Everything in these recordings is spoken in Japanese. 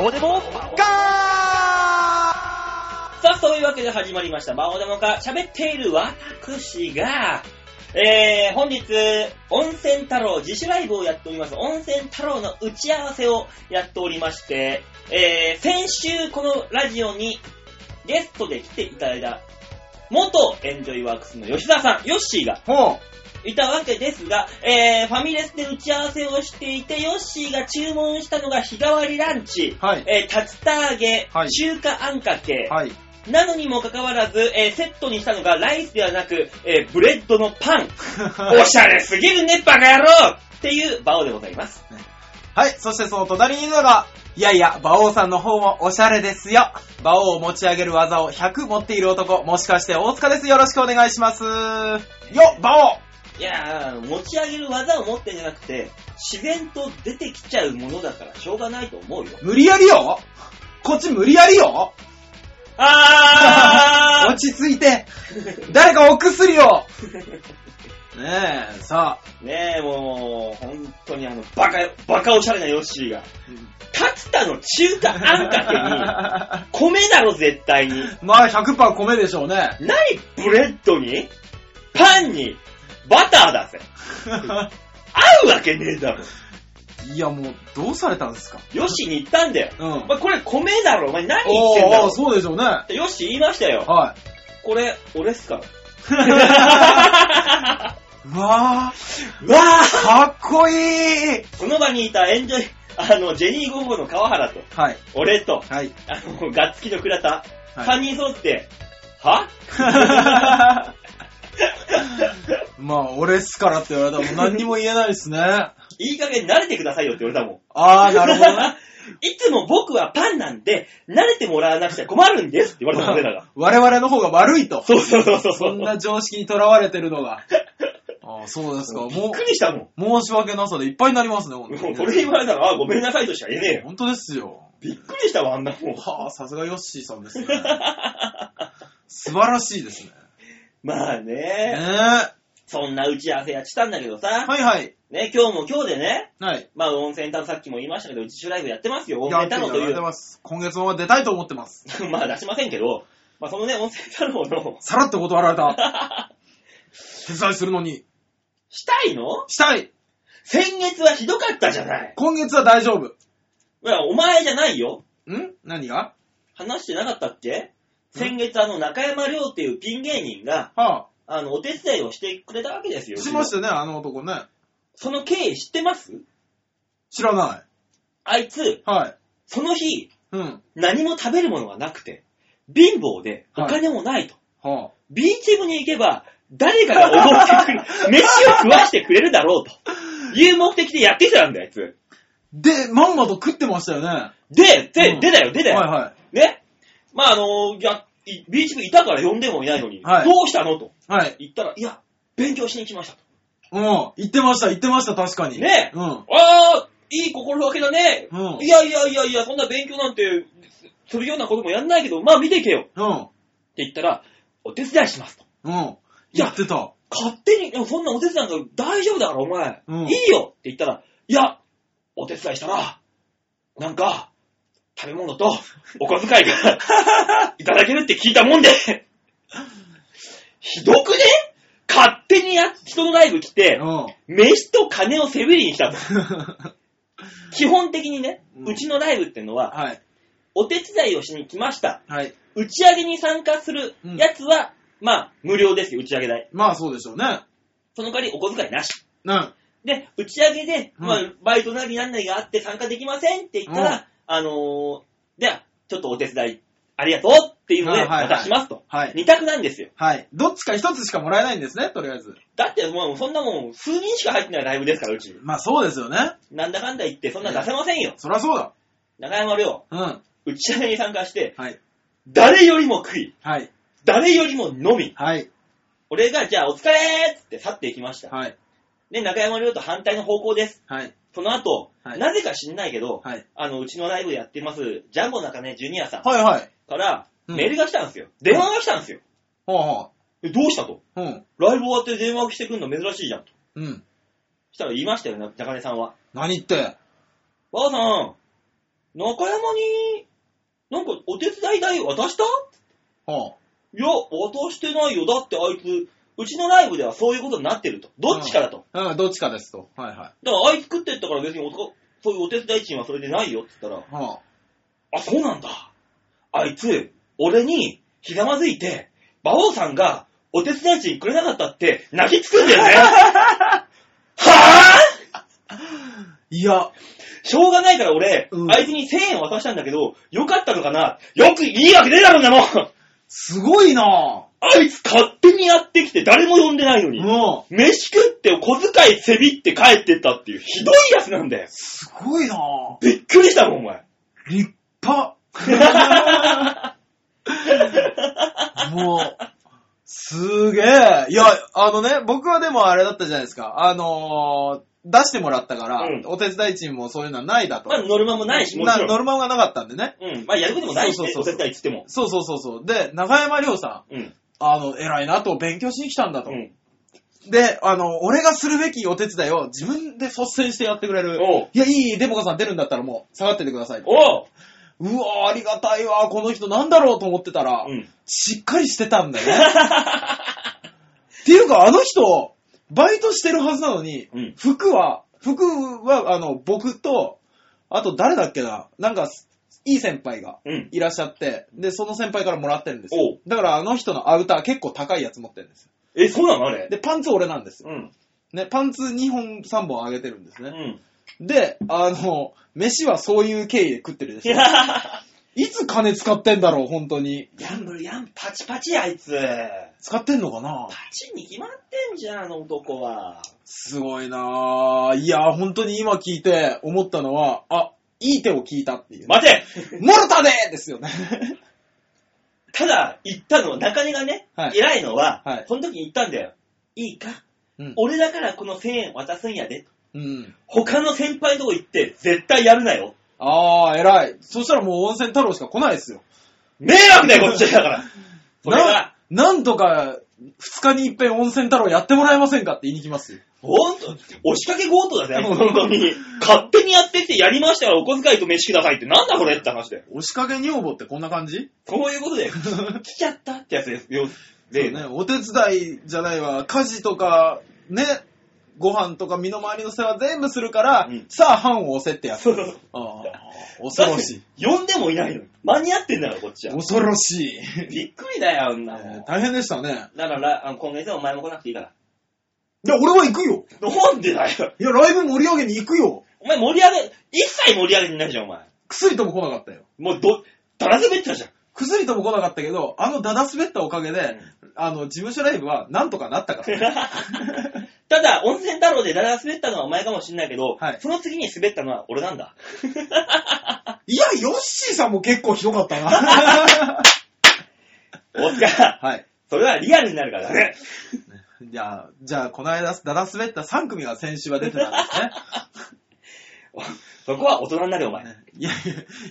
オデモガさあ、そういうわけで始まりました。魔王玉か喋っている私が、えー、本日、温泉太郎自主ライブをやっております。温泉太郎の打ち合わせをやっておりまして、えー、先週このラジオにゲストで来ていただいた、元エンジョイワークスの吉沢さん、ヨッシーがーほいたわけですが、えー、ファミレスで打ち合わせをしていて、ヨッシーが注文したのが日替わりランチ、う。はい。えー、竜田揚げ、はい中華あんかけ、はい。なのにもかかわらず、えーセットにしたのがライスではなく、えーブレッドのパン。 おしゃれすぎるね、バカ野郎っていう場をでございます。はい。そしてその隣にいるのが、いやいや、馬王さんの方もおしゃれですよ。馬王を持ち上げる技を100持っている男、もしかして大塚です。よろしくお願いします。よっ、馬王いやー、持ち上げる技を持ってんじゃなくて、自然と出てきちゃうものだからしょうがないと 思うよ。無理やりよこっち無理やりよあ 落ち着いて誰かお薬をねえ、さあ、ーねえ、もう、本当にあの、バカ、バカおしゃれなヨッシーが、竜田の中華あんか けに、米だろ、絶対に。まあ100%米でしょうね。何ブレッドにパンにバターだぜ。合うわけねえだろ。いやもう、どうされたんですかヨシに言ったんだよ。うん。お前これ米だろ。お前何言ってんだおろー、。そうでしょうね。ってヨシ言いましたよ。はこれ、俺っすから。 い。 ううわわー、かっこいいーこの場にいたエンジョイ、あの、ジェニーゴーゴーの川原と、はい、俺と、はい、あの、ガッツキの倉田、は。三人揃って、はい まあ、俺っすからって言われたらもう何にも言えないですね。 あいい加減慣れてくださいよって言われたもん。ー、なるほどね。いつも僕はパンなんで、慣れてもらわなくちゃ困るんですって言われ たもん、俺らが。我々の方が悪いと。そうそうそうそう。そんな常識にとらわれてるの が。あーそうですか。びっもくりしたもん。う、申し訳なさでいっぱいになりますね、本当もうにそれ言われたら、あ、ごめんなさいとしか言えねえよ。本当ですよ。びっくりしたわ、あんなもん。はあ、さすがヨッシーさん ですね。素晴らしいですね。まあねえ。ね、そんな打ち合わせやってたんだけどさ、はいはい。ね、今日も今日でね、はい。まあ温泉太郎さっきも言いましたけど、自主ライブやってますよ。温泉やって太郎るとやいってます。今月も出たいと思ってます。、う、 まあ出しませんけど、まあそのね、温泉太郎のさらっと断られ た。手伝いするのに。したいのしたい先月はひどかったじゃない。今月は大丈夫。いや、お前じゃないよ。ん何が話してなかったっけん先月あの中山亮っていうピン芸人が、はあ。あの、お手伝いをしてくれたわけですよ。しましたね、あの男ね。その経緯知ってます知らなあいつ、い。はい。その日、うん。何も食べるものがなくて、貧乏ではおい金もないと。は B チームに行けば、誰かが踊って くる、飯を食わしてくれるだろうと。いう目的でやってきたんだよ、あいつ。あ。で、まんまと食ってましたよね。はで、で、うんでだよ、でいだよ。はね。まあ、あのー、や、い B チームいたから呼んでもいないのに、はいどうしたのとい。はい。言ったら、いや、勉強しに来ましたと。うん。言ってました、言ってました、確かに。ねうん。ああ、いい心がけだね。うんいやいやいやいや、そんな勉強なんて、するようなこともやんないけど、まあ見ていけよ。うん。って言ったら、お手伝いしますと。うん。いや言ってた。勝手に、いやそんなお手伝いなんか大丈夫だから、お前、うんいいよって言ったら、いや、お手伝いしたら、なんか、食べ物とお小遣い がいただけるって聞いたもんで、ひどくね勝手にや人のライブ来て、うん。飯と金を背振りに来 たの。基本的にね、うんうちのライブってのは、はい。お手伝いをしに来ました。はい。打ち上げに参加するやつは、まあ、無料ですよ、打ち上げ代。まあそうでしょうね。その代わりお小遣いなし。うん。で、打ち上げで、うんまあ、バイトなりなんなりがあって参加できませんって言ったら、うんあのー、では、ちょっとお手伝いありがとうっていうので、あはいはい渡しますと。はい。二択なんですよ。はい。どっちか一つしかもらえないんですね、とりあえず。だってもうそんなもん、数人しか入ってないライブですから、うち。まあそうですよね。なんだかんだ言って、そんな出せませんよ。そりゃそうだ。中山亮、うん。打ち上げに参加して、はい。誰よりも食い、はい。誰よりも飲み、はい。俺が、じゃあお疲れーっつって去っていきました。はい。で、中山亮と反対の方向です。はい。その後、はいなぜか知んないけど、はい。あの、うちのライブやってます、ジャンボ中根ジュニアさん。はいはい。から、うんメールが来たんですよ。電話が来たんですよ。ほうほえどうしたと。う。うん。ライブ終わって電話してくんの珍しいじゃんと。うん。したら言いましたよ、な中根さんは。何言って。ばあさん、中山に、なんかお手伝い代渡したほいや、渡してないよ。だってあいつ、うちのライブではそういうことになってると。どっちかだと。う。うん、どっちかですと。はいはだからあいつ食ってったから別におとそういうお手伝い賃はそれでないよって言ったら、い。はあ、そうなんだ。あいつ、俺にひざまずいて、馬王さんがお手伝い賃くれなかったって泣きつくんだ よね。はぁあ、いや、しょうがないから俺、うんあいつに1000円渡したんだけど、よかったのかなよくいいわけねえだろんなもんすごいなあいつ勝手にやってきて誰も呼んでないのに。うん。飯食って小遣いせびって帰ってったっていう、ひどいやつなんだよ。すごいなびっくりしたもん、お前。立派 もう、すげえ。いや、あのね、僕はでもあれだったじゃないですか。あのー出してもらったから、うんお手伝いチームもそういうのはないだと。まあ、ノルマもないし、もちろ。なんノルマがなかったんでね。うん。まあ、やることもないし、ね、そうそうそうお手伝いっつっても。そうそうそうそう。で、長山亮さん、うん。あの、偉いなと勉強しに来たんだと。うん。で、あの、俺がするべきお手伝いを自分で率先してやってくれる。おういや、いいいい、デポカさん出るんだったらもう下がっててくださいと。おううわーありがたいわーこの人なんだろうと思ってたら、うん。しっかりしてたんだよね。 っていうか、あの人、バイトしてるはずなのに、うん服は、服は、あの、僕と、あと誰だっけな、なんか、いい先輩が うん。いらっしゃって、で、その先輩からもらってるんですおよう。だから、あの人のアウター結構高いやつ持ってるんですよ。え、そうなのあれ。で、パンツ俺なんですよ。うん。ね、パンツ2本、3本上げてるんですうね。ん。で、あの、飯はそういう経緯で食ってるでいしょや。ー、いつ金使ってんだろう、本当に。 やんぶるやん、パチパチあいつ。使ってんのかなパチに決まってんじゃん、あの男は。すごいなぁ。いや、本当に今聞いて思ったのは、あ、いい手を聞いたっていう。待てモルタでです よね。 ただ、言ったのは、中根がね、はい偉いのは、はいこの時に言ったんだよ。いいか、うん俺だからこの1000円渡すんやで。うん。他の先輩のとこ行って、絶対やるなよ。あー、偉い。そしたらもう温泉太郎しか来ないですよ。迷惑だよ、こっちだ から。それがな、なんとか、二日に一遍温泉太郎やってもらえませんかって言いに来ますよ。ほんと、押しかけ強盗だぜ、本当に。勝手にやってきてやりましたからお小遣いと飯くださいってなんだこれって話だよ。押しかけ女房ってこんな感じそういうことで、 来ちゃったってやつですよ。そうで、ね、お手伝いじゃないわ、家事とか、ね、ご飯とか身の回りの世話全部するから、うんさあ、班を押せってやつ。そうそうそうあー恐ろしい。だって呼んでもいないのに。間に合ってんだから、こっちは。恐ろしい。びっくりだよ、あんなもんえー大変でしたね。だから、あの今月はお前も来なくていいから。いや、俺は行くよ。なんでだよ。いや、ライブ盛り上げに行くよ。お前盛り上げ、一切盛り上げにないじゃん、お前。薬とも来なかったよ。もうど、だらずべってたじゃん。 薬とも来なかったけど、あのダダ滑ったおかげで、あの、事務所ライブはなんとかなった から。ただ、温泉太郎でだら滑ったのはお前かもしんないけど、はいその次に滑ったのは俺なんだ。いや、ヨッシーさんも結構ひどか ったな。大塚、はい。それはリアルになるからね。じゃあ、じゃあ、この間、ダダ滑った3組が先週は出てたんですね。そこは大人になるよ、お前。いやいや、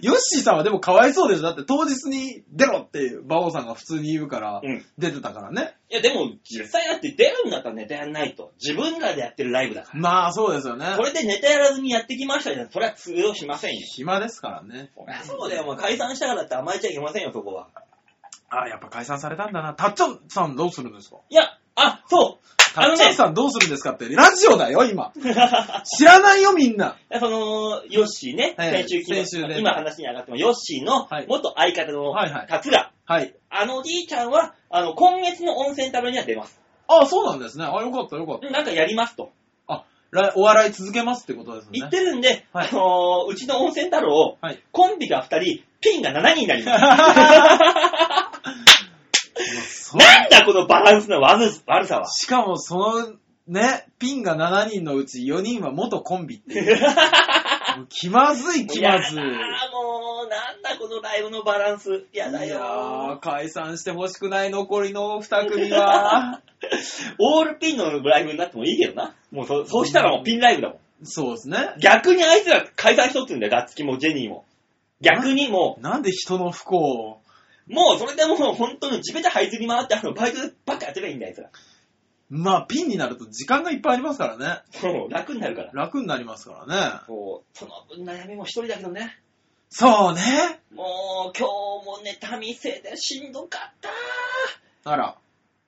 ヨッシーさんはでもかわいそうでしょ。だって当日に出ろって、馬王さんが普通に言うからう、ん。い出てたからね。や、でも、実際だって出るんだったらネタやんないと。自分らでやってるライブだかまあ、そうですよねら。。これでネタやらずにやってきましたじゃん。それは通用しませんよ。暇ですからね。そりゃそうだよ、お前。解散したからって甘えちゃいけませんよ、そこは。ああ、やっぱ解散されたんだな。たっちゃんさんどうするんですかいや、あ、そう。あたのっちゃんね、さんどうするんですかって、ラジオだよ、 今。知らないよ、みんな。その、ヨッシーね、はい先週昨先日、週ね今話に上がっても、ヨッシーのはい元相方のはいはい達が、はい。あのおじいちゃんは、あの、今月の温泉太郎には出ます。ああ、そうなんですね。あよかった、よかっなんかやりますと。た。らお笑い続けますってことです言ねっ。てるんで、はいあのーうちの温泉太郎を、はい。コンビが2人、ピンが7人になります。 そうなんだこのバランスの悪悪さは。しかも、その、ね、ピンが7人のうち4人は元コンビっていう。 もう気まずい、気まずい。やだもう、なんだこのライブのバランス。やだいやーよ解散してほしくない残りの2 組は。オールピンのライブになってもいいけどな。もうそ、そうしたらもうピンライブだもん。そうですね。逆にあいつら解散しとってんだよ、ガッツキもジェニーも。逆にもなんで人の不幸を。う、もうそれでもう本当に地べた這いずり回って、あの、バイトばっかやってりゃいいんだよ、あいつら。まあ、ピンになると時間がいっぱいありますからね。そう、楽になるから。楽になりますからね。そう、その分悩みも一人だけどね。そうね。もう、今日もネタ見せでしんどかった。あら、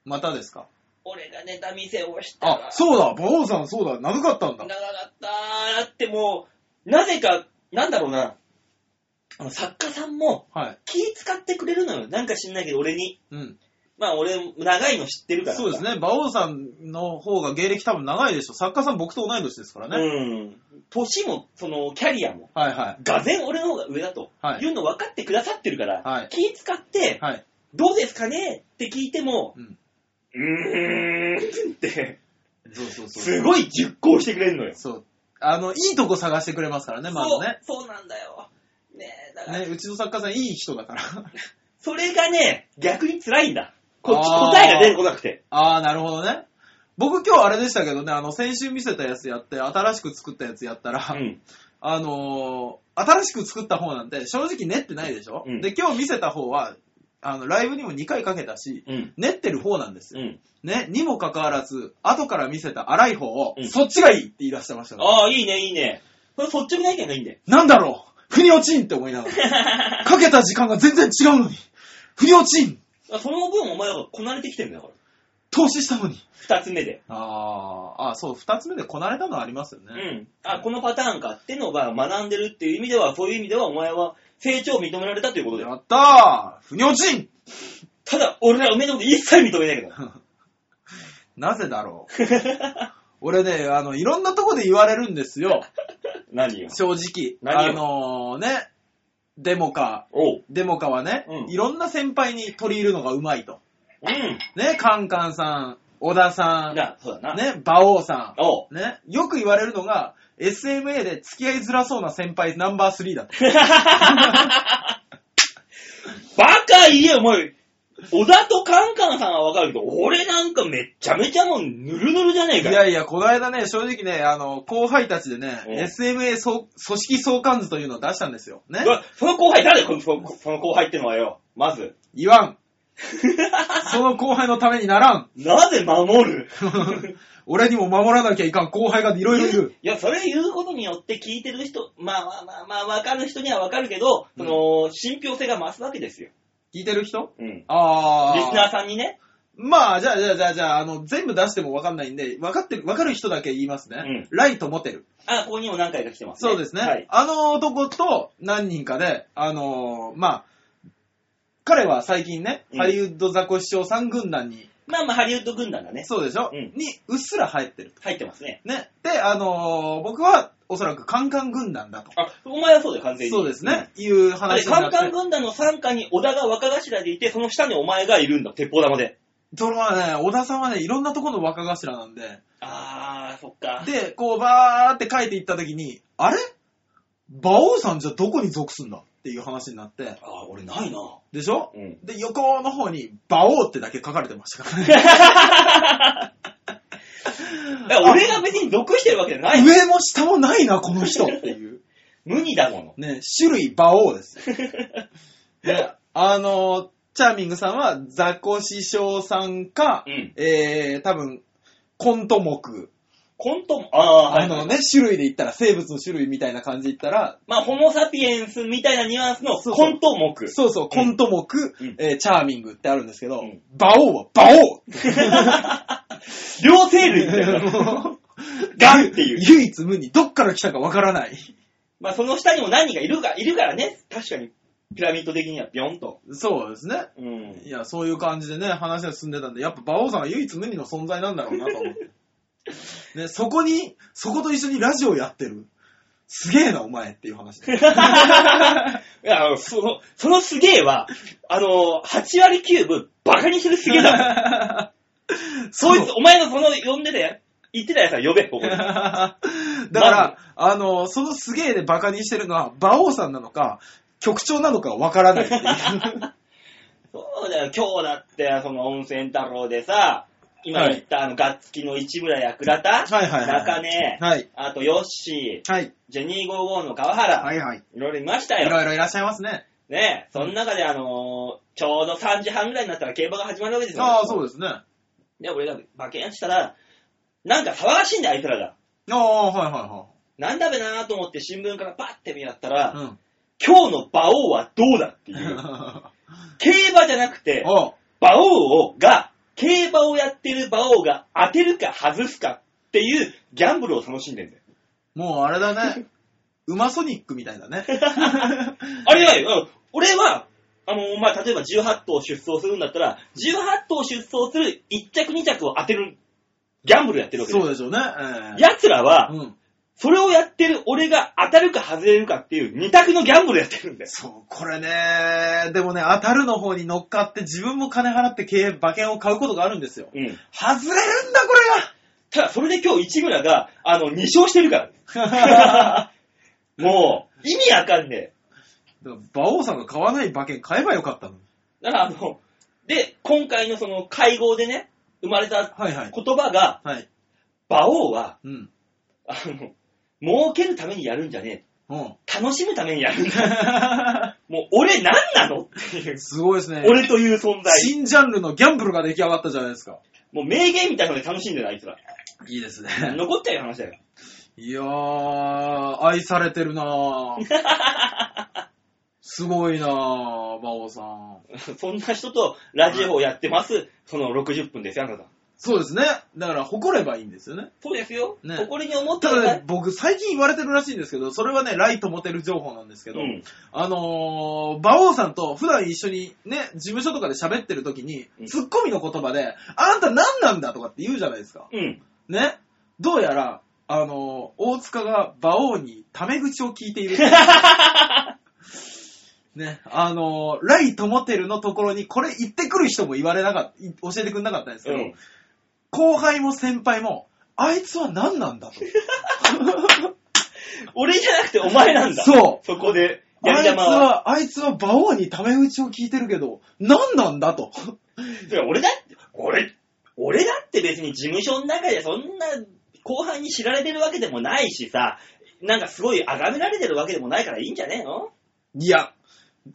またですか俺がネタ見せをしたあら、。そうだ、馬王さんそうだ、長かったんだ長。かった。だってもう、なぜか、なんだろうな。あの、作家さんもはい。気使ってくれるのよ。なんか知んないけど、俺に。うん。まあ、俺、長いの知ってるから。そうですね。ね、馬王さんの方が芸歴多分長いでしょ。作家さん僕と同い年ですからね。うん。年も、その、キャリアも、はいはい。がぜん俺の方が上だと、はいいうの分かってくださってるから、はい気使って、はい。どうですかねって聞いても、うん。うーんって、そうそうそう。すごい熟考してくれるのよ。そう。あの、いいとこ探してくれますからね、まずね。そう、そうなんだよ。ねえ、だから、ね、うちの作家さんいい人だから。 それがね、逆に辛いんだ。こっちあー答えが出てこなくて。ああ、なるほどね。僕今日あれでしたけどね、あの、先週見せたやつやって、新しく作ったやつやったら、うん。あのー新しく作った方なんて正直練ってないでしょ、うんで、今日見せた方は、あの、ライブにも2回かけたし、うん。練ってる方なんですよ。うん。ね、にもかかわらず、後から見せた荒い方を、うんそっちがいいって言い出してましたね。ああ、いいね、いいね。これ率直な意見がいいんだよ。なんだろう腑に落ちんって思いなが ら。かけた時間が全然違うのに。腑に落ちんその分お前はこなれてきてるんだから。投資したのに。二つ目で。あーあ、そう、二つ目でこなれたのはありますよね。うん。あ、このパターンかってのが学んでるっていう意味では、そういう意味ではお前は成長を認められたということだよ。やったー腑に落ちんただ、俺らおめのこと一切認めないかなぜだろう ら。俺ね、あの、いろんなとこで言われるんですよ。何よ。正直。何あよのね、デモカ、おう。デモカはね、うんいろんな先輩に取り入るのがうまいと。うん。ね、カンカンさん、小田さん、な、そうだな。ね、馬王さおう。ん、ね、よく言われるのが、SMA で付き合いづらそうな先輩ナンバー3だと。 バカ言えよ、お前。小田とカンカンさんはわかるけど、俺なんかめっちゃめちゃもうぬるぬるじゃねえいかよ。やいや、この間ね、正直ね、あの、後輩たちでね、うん SMA 総組織相関図というのを出したんですよ。 ね。うわその後輩誰このそのその後輩ってのはよ、まず。言わん。その後輩のためにならん。 なぜ守る俺にも守らなきゃいかん後輩がいろいろ いる。いや、それ言うことによって聞いてる人、まあまあまあまあ、わかる人にはわかるけど、その、信憑性が増すわけですよ。聞いてる人うん。あリスナあ。ーさんにね。まあ、じゃあ、じゃあ、じゃあ、じゃあ、あの、全部出しても分かんないんで、分かってる、分かる人だけ言いますね。ライトモテる。あ、ここにも何回か来てます、そうですね。はい。あの男と何人かで、あのーまあ、彼は最近ね、うんハリウッドザコシショウさん軍団に、まあまあ、ハリウッド軍団がね、そうでしょ、うんにうっすら入ってる。入ってますね。ね。で、あのー僕はおそらくカンカン軍団だと。あ、お前はそうだよ、完全に。そうですね。いうあれ、話にカなンっカンて。軍団の傘下に小田が若頭でいて、その下にお前がいるんだ、鉄砲玉で。それはね、小田さんはね、いろんなところの若頭なんで、あー、そっか。で、こうバーって書いていった時に、あれ馬王さんじゃどこに属すんだっていう話になって、あー、俺ないな。でしょうん。で、横の方に、馬王ってだけ書かれてましたからね。俺が別に属してるわけじゃない。上も下もないな、この人っていう。無二だもの。ね、種類馬王ですよ。で、あの、チャーミングさんはザコシショウさんか、うん。えー、多分、コント目。コントも、あー、はあのい。ね、種類で言ったら、生物の種類みたいな感じで言ったら、まあ、ホモサピエンスみたいなニュアンスのそうそうコント目。そうそう、コント目、うんえーチャーミングってあるんですけど、うん馬王は馬 王両生類みたい な。もうガンっていう。唯一無二、どっから来たかわからない。まあ、その下にも何人かいるか、いるからね。確かに、ピラミッド的にはビョンと。そうですね。うん。いや、そういう感じでね、話が進んでたんで、やっぱ馬王さんが唯一無二の存在なんだろうなと思って。ね、 そこに、そこと一緒にラジオやってる。すげえな、お前っていう 話いで。や、あのその、そのすげえは、あの、8割9分、バカにするすげえだ。そ いつ、お前のその、呼んでたや、言ってたやつは呼べ、ここに。だから、あの、そのすげえでバカにしてるのは、馬王さんなのか、局長なのかわからない っていう。そうだよ、今日だって、その温泉太郎でさ、今言った、あの、ガッツキの市村や倉田、はいはいはいはい中根、はい。あと、ヨッシはい。ー、ジェニー55の川原、、はいいはい。ろいろいましたいよ。ろいろいらっしゃいますね。ねえ、その中で、あのーちょうど3時半ぐらいになったら競馬が始まるわけですよ。ああ、そうですね。あで、俺が馬券したら、なんか騒がしいんだよ、あいつらが。あ、はいはなんだべなーと思って新聞からパッて見やったら、いはい。うん。今日の馬王はどうだって いう。競馬じゃなくて、おう馬王をが、競馬をやってる馬王が当てるか外すかっていうギャンブルを楽しんでんだよ。もうあれだ ね。馬ソニックみたいだね。あれだよ、うん俺は、あの、まあ、例えば18頭出走するんだったら、18頭出走する1着2着を当てるギャンブルやってるわけだそようでしょうね。ええ奴らは、うん。それをやってる俺が当たるか外れるかっていう2択のギャンブルやってるんだよ。そう、これね、でもね、当たるの方に乗っかって自分も金払って経営馬券を買うことがあるんですよ。うん。外れるんだ、これがただ、それで今日市村が、あの、2勝してる から。もう、意味わかんねえ。だから馬王さんが買わない馬券買えばよかったのに。だから、あの、で、今回のその会合でね、生まれたはいはい。言葉が、はい。馬王は、うん。あの、儲けるためにやるんじゃねうん。え。楽しむためにやるん だ。もう、俺何なのっていう。すごいですね。俺という存在。新ジャンルのギャンブルが出来上がったじゃないですか。もう名言みたいなので楽しんでる、あいつら。いいですね。残っちゃうよ話だよ。 いやー、愛されてるなぁ。 すごいなぁ、馬王さん。そんな人とラジオをやってます。その60分ですよ、あなた。そうですね。だから誇ればいいんですよね。そうですよ。ね誇りに思ったたらだねね、僕最近言われてるらしいんですけど、それはね、ライトモテる情報なんですけど、うん。あのー、馬王さんと普段一緒にね、事務所とかで喋ってる時にうん、ツッコミの言葉で、あんた何なんだとかって言うじゃないですか。うん。ね。どうやら、あのー、大塚が馬王にタメ口を聞いて いる。ね、あのー、ライトモテルのところにこれ言ってくる人も言われなかった、い教えてくれなかったんですけうど、ん。後輩も先輩も、あいつは何なん だと。俺じゃなくてお前なんだ。そう。そこで、やりあいつ玉は。は、あいつは馬王にタメ口を聞いてるけど、何なんだと。 いや俺だって、俺、俺だって別に事務所の中でそんな後輩に知られてるわけでもないしさ、なんかすごい崇められてるわけでもないからいいんじゃねえの いや、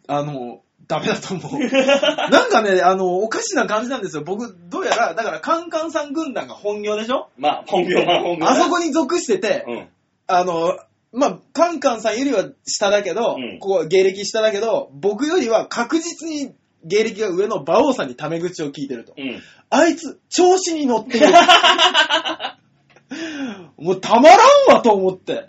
あの、ダメだと思う。 なんかね、あの、おかしな感じなんですよ。僕、どうやら、だから、カンカンさん軍団が本業でしょまあ、本業は本業だ。あそこに属してて、うん。あの、まあ、カンカンさんよりは下だけど、うんこう、芸歴下だけど、僕よりは確実に芸歴が上の馬王さんにタメ口を聞いてると。うん。あいつ、調子に乗っている。もうたまらんわと思って。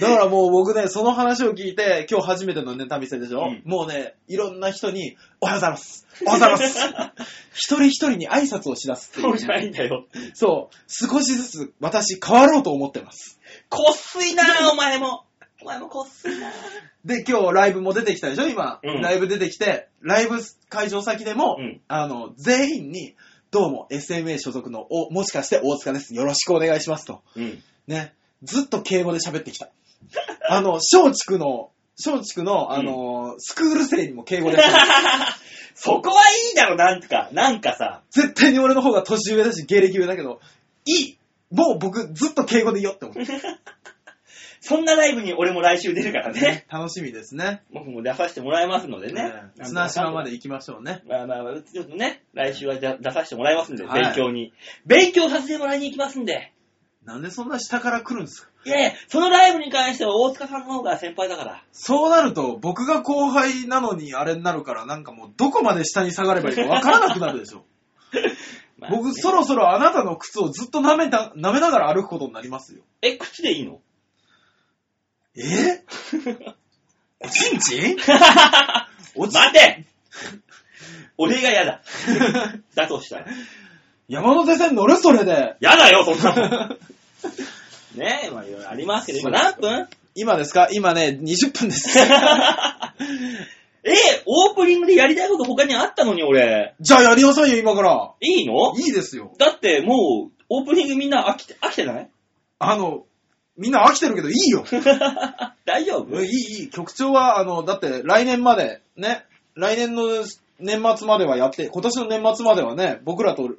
だからもう僕ね、その話を聞いて、今日初めてのネタ見せでしうょ、んもうね、いろんな人に、おはようございます。おはようございます。一人一人に挨拶をしだすっていそうじゃう。ないんだよ。そう。少しずつ私変わろうと思ってます。こっすいなあお前も。お前もこっすいなあで、今日ライブも出てきたでしょ今、うんライブ出てきて、ライブ会場先でも、うんあの、全員に、どうも SMA 所属のお、もしかして大塚です。よろしくお願いしますと。うん。ね。ずっと敬語で喋ってきた。あの、松竹の、松竹の、あの、スクール生にも敬語で喋 って そこはいいだろ、なんか。なんかさ。 絶対に俺の方が年上だし、芸歴上だけど、いいもう僕ずっと敬語でいいよって思って。そんなライブに俺も来週出るからね。楽しみですね。僕も出させてもらいますのでね。えー綱島まで行きましょうね。まあまあまあ、ちょっとね、来週はじゃ出させてもらいますんで、はい勉強に。勉強させてもらいに行きますんで。なんでそんな下から来るんですかいやいや、そのライブに関しては大塚さんの方が先輩だから。そうなると、僕が後輩なのにあれになるから、なんかもうどこまで下に下がればいいかわからなくなるでしょ。 まあ僕、ねそろそろあなたの靴をずっと舐めた、舐めながら歩くことになりますよ。え、口でいい のえおちんちんおちん待て俺が嫌 だ。だとしたら。山手線乗るそれで。嫌だよ、そんなの。ねえ、まあいろいろありますけど、今何 分今ですか今ね、20分です。 え、オープニングでやりたいこと他にあったのに俺。じゃあやりなさいよ、今から。いいのいいですよ。だってもう、オープニングみんな飽きて、飽きてないあの、みんな飽きてるけどいいよ。大丈夫いい、いい。局長は、あの、だって来年まで、ね、来年の年末まではやって、今年の年末まではね、僕らと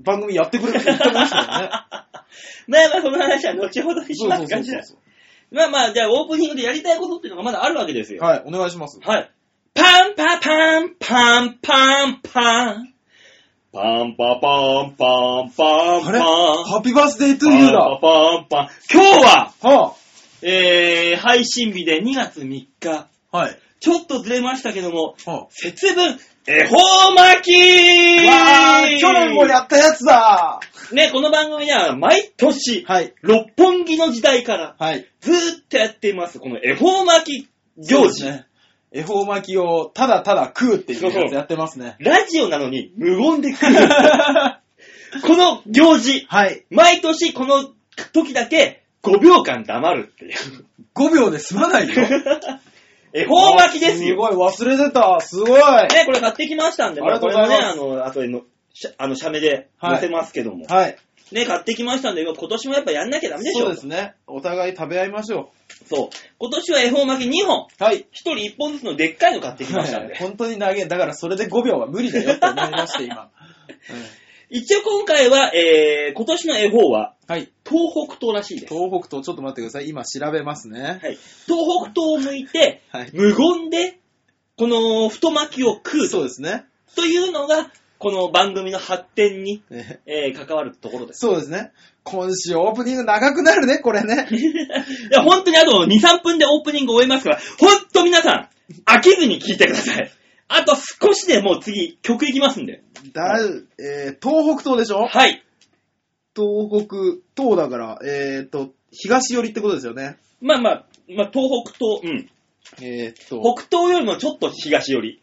番組やってくれるって言ってましたよね。まあまあ、 その話は後ほどにしそうまそすうそ感うじだ。そまあまあ、じゃあオープニングでやりたいことっていうのがまだあるわけですう。よ。はい、お願いします。はい。パンパパンパンパンパン。パンパパンパンパンあれパン。ハッピーバースデートゥーユーだ。はパンパパンパン。今日は、あ、えー、配信日で2月3日。はい。ちょっとずれましたけども、は節分、恵方巻きあ、わー、去年もやったやつだね、この番組では毎年、はい。六本木の時代からはい。ずーっとやっています、この恵方巻き行事。ね。恵方巻きをただただ食うっていうやつやってますね。ラジオなのに無言で来る。この行事、 はい。毎年この時だけ5秒間黙るっていう。 5秒で済まないよ。恵方巻きですすよ。ごい、忘れてた。すごい。ね、これ買ってきましたんで、ありがとうございますこれもね、あの、後での、しゃあの、写メで載せますけども。はい。ね、買ってきましたんで、今年もやっぱやんなきゃダメでしょ。そうですね。お互い食べ合いましょそう今年は恵方巻き2本。う。はい。 1人1本ずつのでっかいの買ってきましたんで。本当に投げ、だからそれで5秒は無理だよって思 いまして、今。一応今回は、えー、今年の恵方は、はい。東北東らしいです。東北東、ちょっと待ってください。今調べますね。はい、東北東を向いて、はい。無言で、この太巻きを食うそうですね。というのが、この番組の発展に、ねえー関わるところです。 そうですね。今週オープニング長くなるね、これ ね。いや、本当にあと2、3分でオープニング終えますから、本当皆さん、飽きずに聞いてください。あと少しでもう次、曲いきますんで。だる、えー、東北東でしょはい。東北東だから、えーと、東寄りってことですよね。まあまあ、まあ、東北東、うん。えーと、北東よりもちょっと東寄り。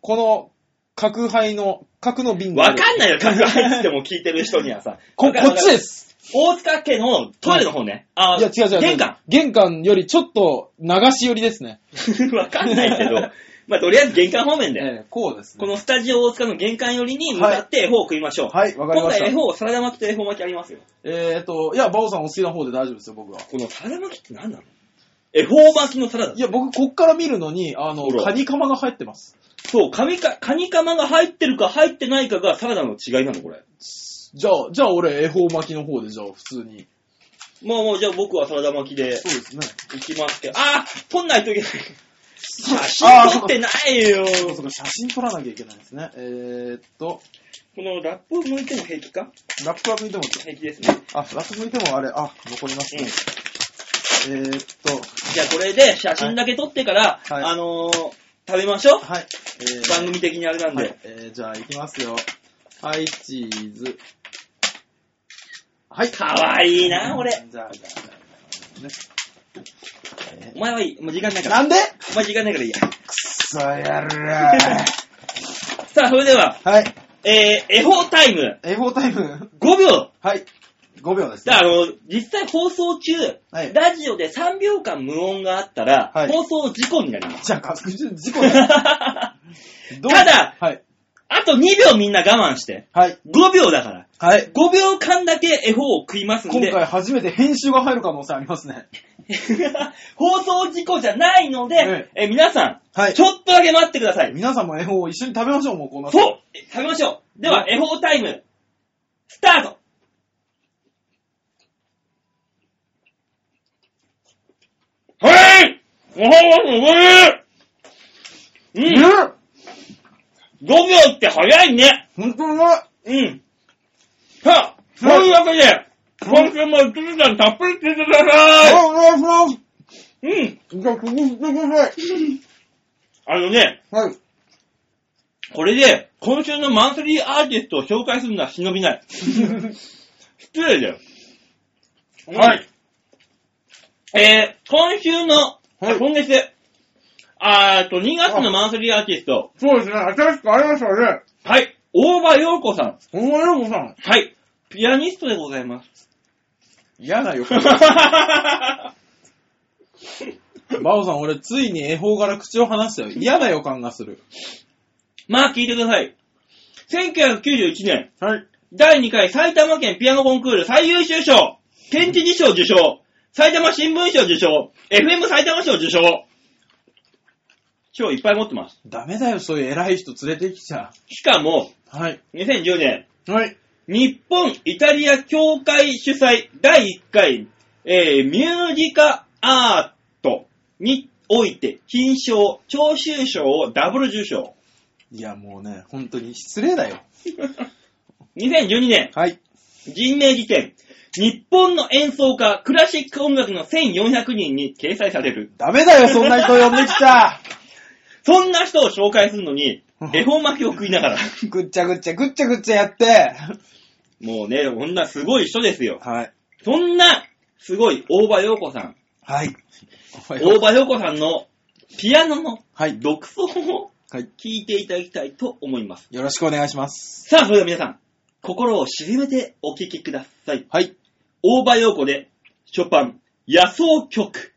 この、角杯の、角の瓶があわるかんないよ、考えても聞いてる人にはさ。。こ、こっちですす。大塚家のトイレの方ね。あいや、違う違う。玄関。。玄関よりちょっと流し寄りですね。 わかんないけ ど、まあ、とりあえず玄関方面で、ええこうですこね。のスタジオ大塚の玄関寄りに向かって絵本を食いましょう。はい、わかり今ま回絵した。本、サラダ巻きと絵本巻きありますよ。えーと、いや、バオさんお好きな方で大丈夫ですよ、僕は。このサラダ巻きって何なの恵方巻きのサラダい。や、僕、こっから見るのに、あのほ、らカニカマが入ってます。そう、カニカ、カニカマが入ってるか入ってないかがサラダの違いなの、これ。じゃあ、じゃあ俺、恵方巻きの方で、じゃあ、普通に。まあもうじゃあ僕はサラダ巻きでそうですね。いきますけど、あー撮んないといけない。写あー真撮ってないよそうそうか、写真撮らなきゃいけないですね。えーと、このラップを向いても平気かラップは向いても、平気ですね。あ、ラップ向いてもあれ、あ、残りますうんね。。えーと、じゃあこれで写真だけ撮ってから、はいあのー、食べましょう。はい。えー番組的にあれなんで。はい、えー、じゃあ行きますよ。はい、チーズ。はい。かわいいな、俺。じゃあ、じゃあ、じゃあねお前はいい。もう時間ないえーから。なんでお前時間ないからいいや。くそやらーさあ、それでは、はい、えー、絵法タイム、英語タイム。 5秒。はい、5秒です、だから、あの、実際放送中、はいラジオで3秒間無音があったら、はい放送事故になります。 じゃあ、確実に事故だ。あどうただはい、と2秒みんな我慢して。はい、 5秒だから。はい。 5秒間だけ絵法を食いますん今で、回初めて編集が入る可能性ありますね。 放送事故じゃないので、ええー皆さん、はいち。ょっとだけ待ってください。皆さんも絵本を一緒に食べましょう、もうこんな。そう食べましょうでは、う恵方タイム、スタートはいおはようございますうんうん !5 秒って早いね本当にうまいうんさあ、そういうわけで、今週も1時間たっぷり聞いてくださいお願いしますうんじゃあ、続いてください。あのね、はい。これで、今週のマンスリーアーティストを紹介するのは忍びない。失礼だよ。はい。。えー、今週の、はい今月で、あーっと、2月のマンスリーアーティスト、そうですね、新しくありましたね。はい、大場陽子さん、お前よこさん。はい、ピアニストでござい ます。嫌だよ。は バオさん、俺、ついに恵方から口を離したよ。嫌な予感がする。まあ、聞いてください。1991年、はい。第2回埼玉県ピアノコンクール最優秀賞、県知事賞受賞、埼玉新聞賞受賞、FM 埼玉賞受賞。賞いっぱい持ってます。ダメだよ、そういう偉い人連れてきちゃ。しかも、はい。 2010年、はい。日本イタリア協会主催第1回、えーミュージカアートにおいて金賞、聴衆賞をダブル受賞。いや、もうね、本当に失礼だよ。 2012年、はい。人名辞典、日本の演奏家、クラシック音楽の1400人に掲載される。ダメだよ、そんな人呼んできちゃ。そんな人を紹介するのに、恵方巻きを食いながら。ぐっちゃぐっちゃぐっちゃぐっちゃやって。もうね、こんなすごい人ですよ。はい。そんな、すごい大場陽子さん。はい。大場陽子さんのピアノのはい。独奏をはい。聞いていただきたいと思います。よろしくお願いします。さあ、それでは皆さん、心を沈めてお聴きください。はい。大場陽子で、ショパン、野草曲。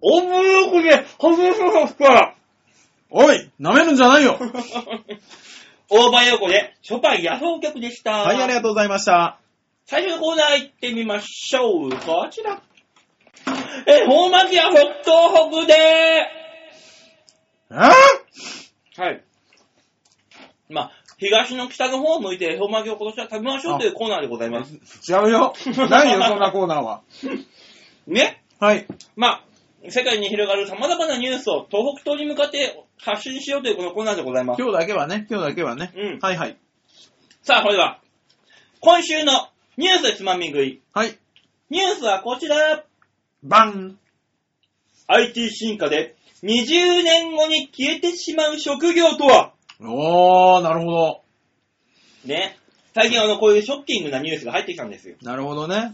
大場陽子で、外しますかおい舐めるんじゃないよ 大場陽子で、ショパン野草曲でした。はい、ありがとうございました。最初のコーナー行ってみましょう。こちら。え、本巻屋北東北でえーはい。まあ、東の北の方を向いて恵方巻きを今年は食べましょうというコーナーでございます。違う よ。ないよ、そんなコーナーは。ねはい。まあ、世界に広がる様々なニュースを東北東に向かって発信しようというこのコーナーでございます。今日だけはね、今日だけはね。うんはいはい。さあ、それでは、今週のニュースつまみ食い。はい。ニュースはこちら。バン IT 進化で20年後に消えてしまう職業とはおー、なるほど。ね。最近あの、こういうショッキングなニュースが入ってきたんですよ。なるほどね。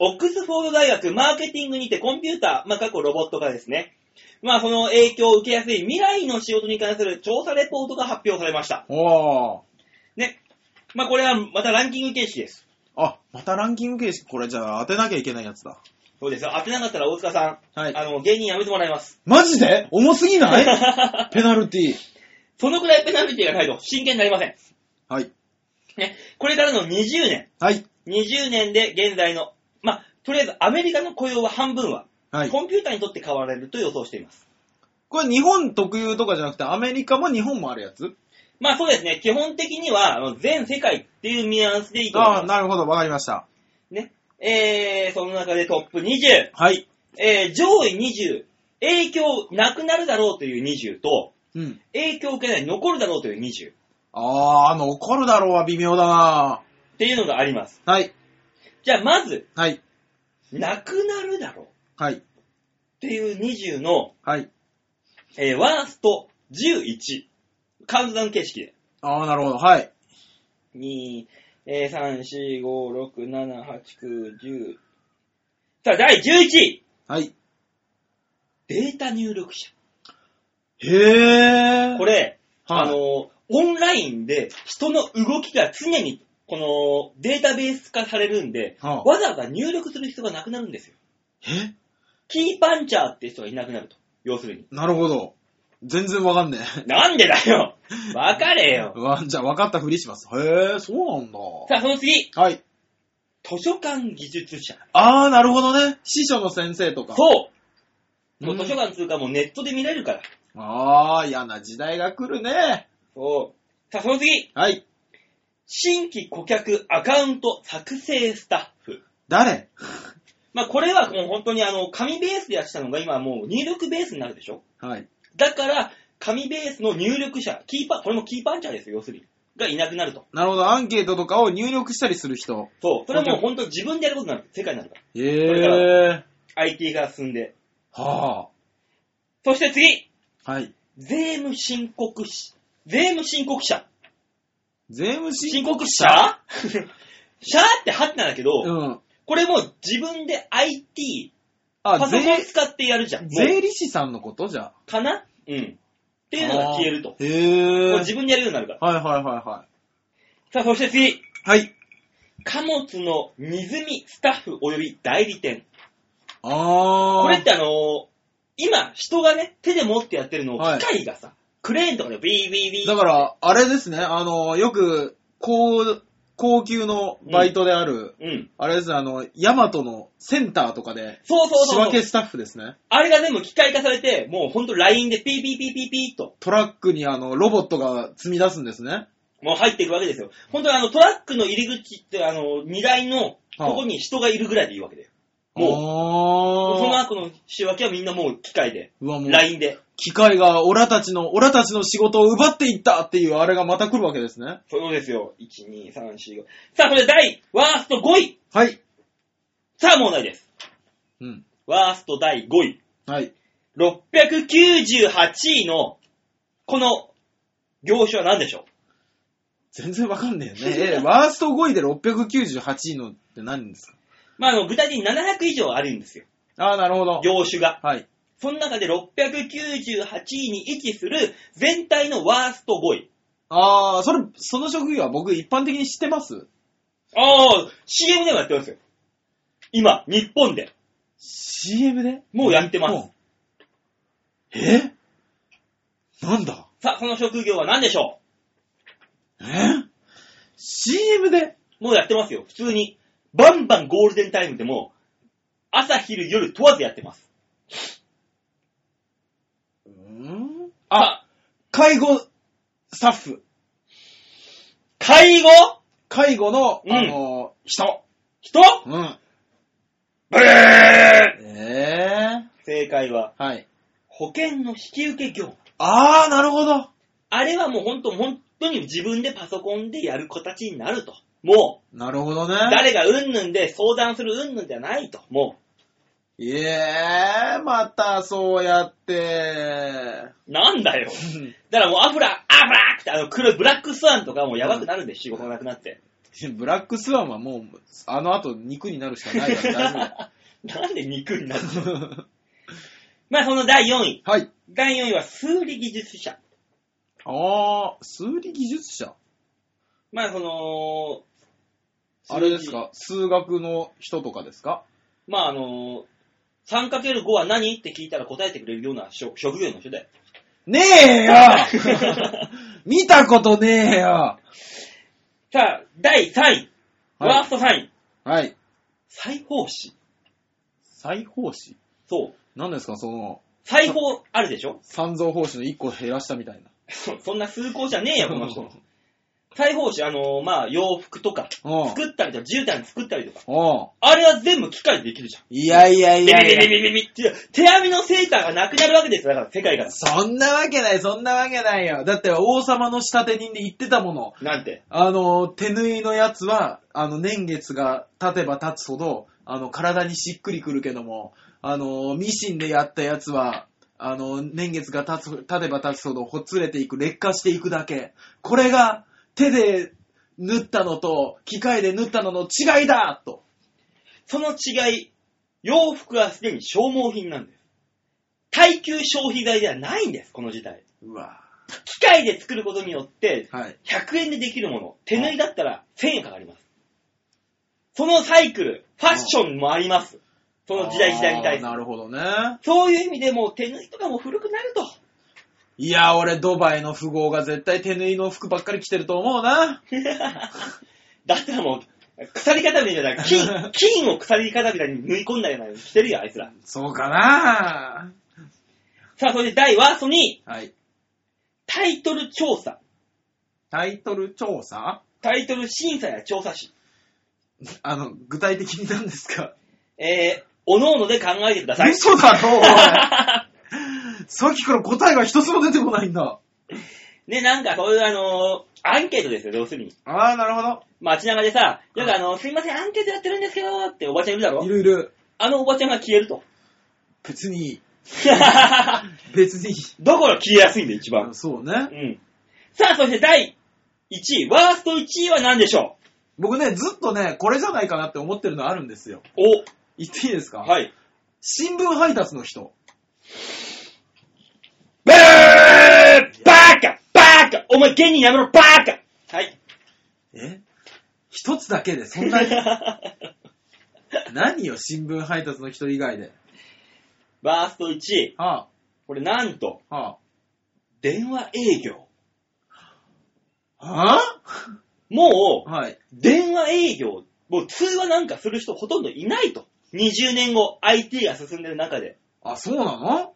オックスフォード大学マーケティングにてコンピューター、まあ、過去ロボット化ですね。まあ、その影響を受けやすい未来の仕事に関する調査レポートが発表されました。おー。ね。まあ、これはまたランキング形式です。あ、またランキング形式、これじゃあ当てなきゃいけないやつだ。そうですよ。当てなかったら大塚さん、はいあの、芸人辞めてもらいます。マジで重すぎない ペナルティー。 そのくらいペナルティがないと真剣になりません。はい。ね。これからの20年、はい。 20年で現在の、まあ、とりあえずアメリカの雇用は半分は、はい。コンピューターにとって変わられると予想しています。これ日本特有とかじゃなくてアメリカも日本もあるやつまあそうですね、基本的にはあの全世界っていうニュアンスでいいと思いあまあ、す。なるほど、わかりました。ね。えー、その中でトップ20、はい。えー、上位20、影響なくなるだろうという20と、うん。影響を受けない、残るだろうという20っああ、残るだろうは微妙だなていうのがあります。はい。じゃあまず、はい。なくなるだろうっはい。ていう20の、はい。えー、ワースト11、カウントダウン形式で。ああ、なるほど。はい。 2、えー、3、4、5、6、7、8、9、10。さあ、第11位、はい。データ入力者。へえ。こ、れ、はい、あの、オンラインで人の動きが常に、この、データベース化されるんで、はあわざわざ入力する人がなくなるんですよ。えキーパンチャーって人がいなくなると。要するに。なるほど。全然わかんねなんでだよわかれよえ。 わ、じゃあ分かったふりします。へえ、そうなんだ。さあ、その次、はい。図書館技術者。ああ、なるほどね。師匠の先生とか。そううもんう図書館通過もうネットで見れるから。ああ、嫌な時代が来るね。そう。さあ、その次、はい。新規顧客アカウント作成スタッフ。誰まあ、これはもう本当にあの、紙ベースでやってたのが今はもう入力ベースになるでしょはい。だから、紙ベースの入力者、キーパー、これもキーパンチャーですよ、要するに。がいなくなると。なるほど。アンケートとかを入力したりする人。そう。それはもう本当自分でやることになる。世界になるかこれからへえ。ら。IT が進んで。はそして次あ。はい。税務申告し、税務申告者。税務申申告告者者者ってはってなんだけど、うん。これも自分で IT、パあ、ソコン税、使ってやるじゃん。もう税理士さんのことじゃあ。っかなうん。っていうのが消えると。も。へうえ。はい自分でやるようになるから。はいはいはさあ、そして次。い。はい。貨物の荷積みスタッフ及び代理店。あー。これってあのー今、人がね、手で持ってやってるのをはい機械がさ、クレーンとかでビービービー。だから、あれですね、あの、よく、高、高級のバイトである、うん。あれですね、あの、ヤマトのセンターとかで、そうそう仕そう分けスタッフですね。あれが全部機械化されて、もうほんと LINE でピーピーピーピーピーっと、トラックにあの、ロボットが積み出すんですね。もう入っていくわけですよ。ほんとにあのトラックの入り口って、あの、荷台の、はいここに人がいるぐらいでいいわけだよ。もう、もその後の仕分けはみんなもう機械で、うわ、もう、 LINE で。機械がオラたちの、オラたちの仕事を奪っていったっていうあれがまた来るわけですね。そうですよ。1、2、3、4、5。さあ、これ第、ワースト5位。はい。さあ、問題です。うん。ワースト第5位。はい。 698位の、この、業種は何でしょ全然わかんねえね。 え、ワースト5位で698位のって何ですかうまあ、あの、具体的に700以上あるんですよ。ああ、なるほど。業種が。はい。その中で698位に位置する全体のワースト5位。ああ、それ、その職業は僕一般的に知ってますああ、CM でもやってますよ。今、日本で。 ?CM でもうやってますもう。えなんださあ、その職業は何でしょえ ?CM でうもうやってますよ。普通に。バンバンゴールデンタイムでも、朝昼夜問わずやってます。うんあ、介護スタッフ。介護介護の、うんあの、人。人うん。ブーええ正解は、はい。保険の引き受け業務。あー、なるほど。あれはもう本当、本当に自分でパソコンでやる形になると。もなるほどね。う、誰がうんぬんで相談するうんぬんじゃないと。もいえー、またそうや って。う、なんだよ。だからもうアフラ、アフラってあの黒いブラックスワンとかもうやばくなるんで、仕事がなくなって。ブラックスワンはもう、あの後肉になるしかないから大丈夫だ なんで肉になるのまあその第4位。 はい。第4位は数理技術者。あー、数理技術者。まあその、あれですか数学の人とかですかまああの、3×5 は何って聞いたら答えてくれるような職職業の人だよ。ねえよ 見たことねえよ さあ、第3位。ワーはスト3位。い。はい。裁縫師。裁縫師そう。何ですかその、裁縫あるでしょ 三蔵法師の一個減らしたみたいな。そそんな崇高じゃねえよ、この 人。裁縫師、あのまあ洋服とか、うん。うん。作ったりとか、絨毯作ったりとか。うん。あれは全部機械でできるじゃん。いやいやいビビやいビやビビビビって、手編みのセーターがなくなるわけですよ、だから世界から。そんなわけない、そんなわけないよ。だって王様の仕立て人で言ってたもの。なんて。あの、手縫いのやつは、あの、年月が経てば経つほど、あの、体にしっくりくるけども、あの、ミシンでやったやつは、あの、年月が経つ、経てば経つほど、ほつれていく、劣化していくだけ。これが、手で縫ったのと、機械で縫ったのの違いだと。その違い、洋服はすでに消耗品なんです。耐久消費財ではないんです、この時代。うわ機械で作ることによって、はい。 100円でできるもの、手縫いだったら1000円かかります。そのサイクル、ファッションもあります。その時代時代に対しあーなて。るほどね。そういう意味でもう手縫いとかも古くなると。いや、俺、ドバイの富豪が絶対手縫いの服ばっかり着てると思うな。 だったらもう、鎖固めじゃ ない。金、金を鎖固めに縫い込んだようなのしてるよ、あいつら。そうかなさあ、それで第ワーストに、はい。タイトル調査。タイトル調査タイトル審査や調査士。あの、具体的に何ですかえー、おのおので考えてください。嘘だろ、お いさっきから答えが一つも出てこないんだ。 ね、なんかそういうあのーアンケートですよ、要するに。ああ、なるほ街中でさ、なんかあのーすいません、アンケートやってるんですけど、っておばちゃんいるだろいるいる。あのおばちゃんが消えると。別に、別に。 どこが消えやすいんだよ、一番。そううね。ん。さあ、そして第1位。ワースト1位は何でしょ僕ね、ずっとね、これじゃないかなって思ってるのあるんですよ。う言っていいですかお、はい。新聞配達の人。ブーバカバカお前芸人やめろ、バカはい。 え一つだけで、そんな に。何よ、新聞配達の人以外で。ワースト1位。はこれなんと、あ、は電話営業。あ。はもあう、はい。電話営業、もう通話なんかする人ほとんどいないと。20年後、IT が進んでる中で。あ、そうなの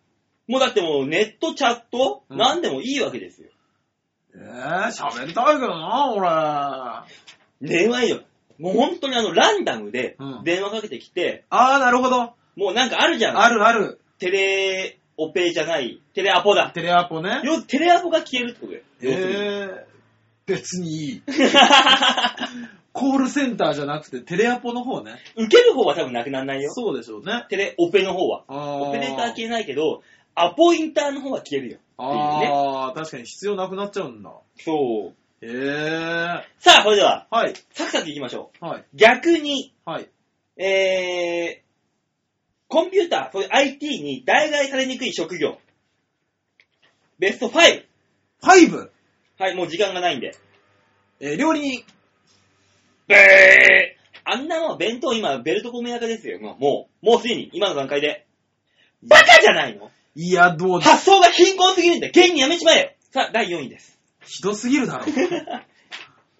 もうだってもうネット、チャット、うん何でもいいわけですよ。えー、喋りたいけどな、俺。電話営業。もう本当にあの、ランダムでうん電話かけてきて、ああ、なるほど。もうなんかあるじゃん。あるある。テレオペじゃない、テレアポだ。テレアポね。要テレアポが消えるってことだよ。要するにえー、別にいい。コールセンターじゃなくてテレアポの方ね。受ける方は多分なくならないよ。そうでしょうね。テレオペの方は。あーオペレーター消えないけど、アポインターの方は消えるよ。っていうね。あー、確かに必要なくなっちゃうんだ。そう。えー、さあ、それでは、はい、サクサクいきましょはい、う。逆に、はい。えー、コンピューター、そういう IT に代替されにくい職業。ベスト 5! 5! はい、もう時間がないんで。えー、料理人。べーあんなのは弁当今、ベルトコメ中ですよ。もう、もう、もうすでに、今の段階で。バカじゃないのいや、どうだ。発想が貧困すぎるんだ芸人やめちまえよさあ、第4位です。 ひどすぎるだろ。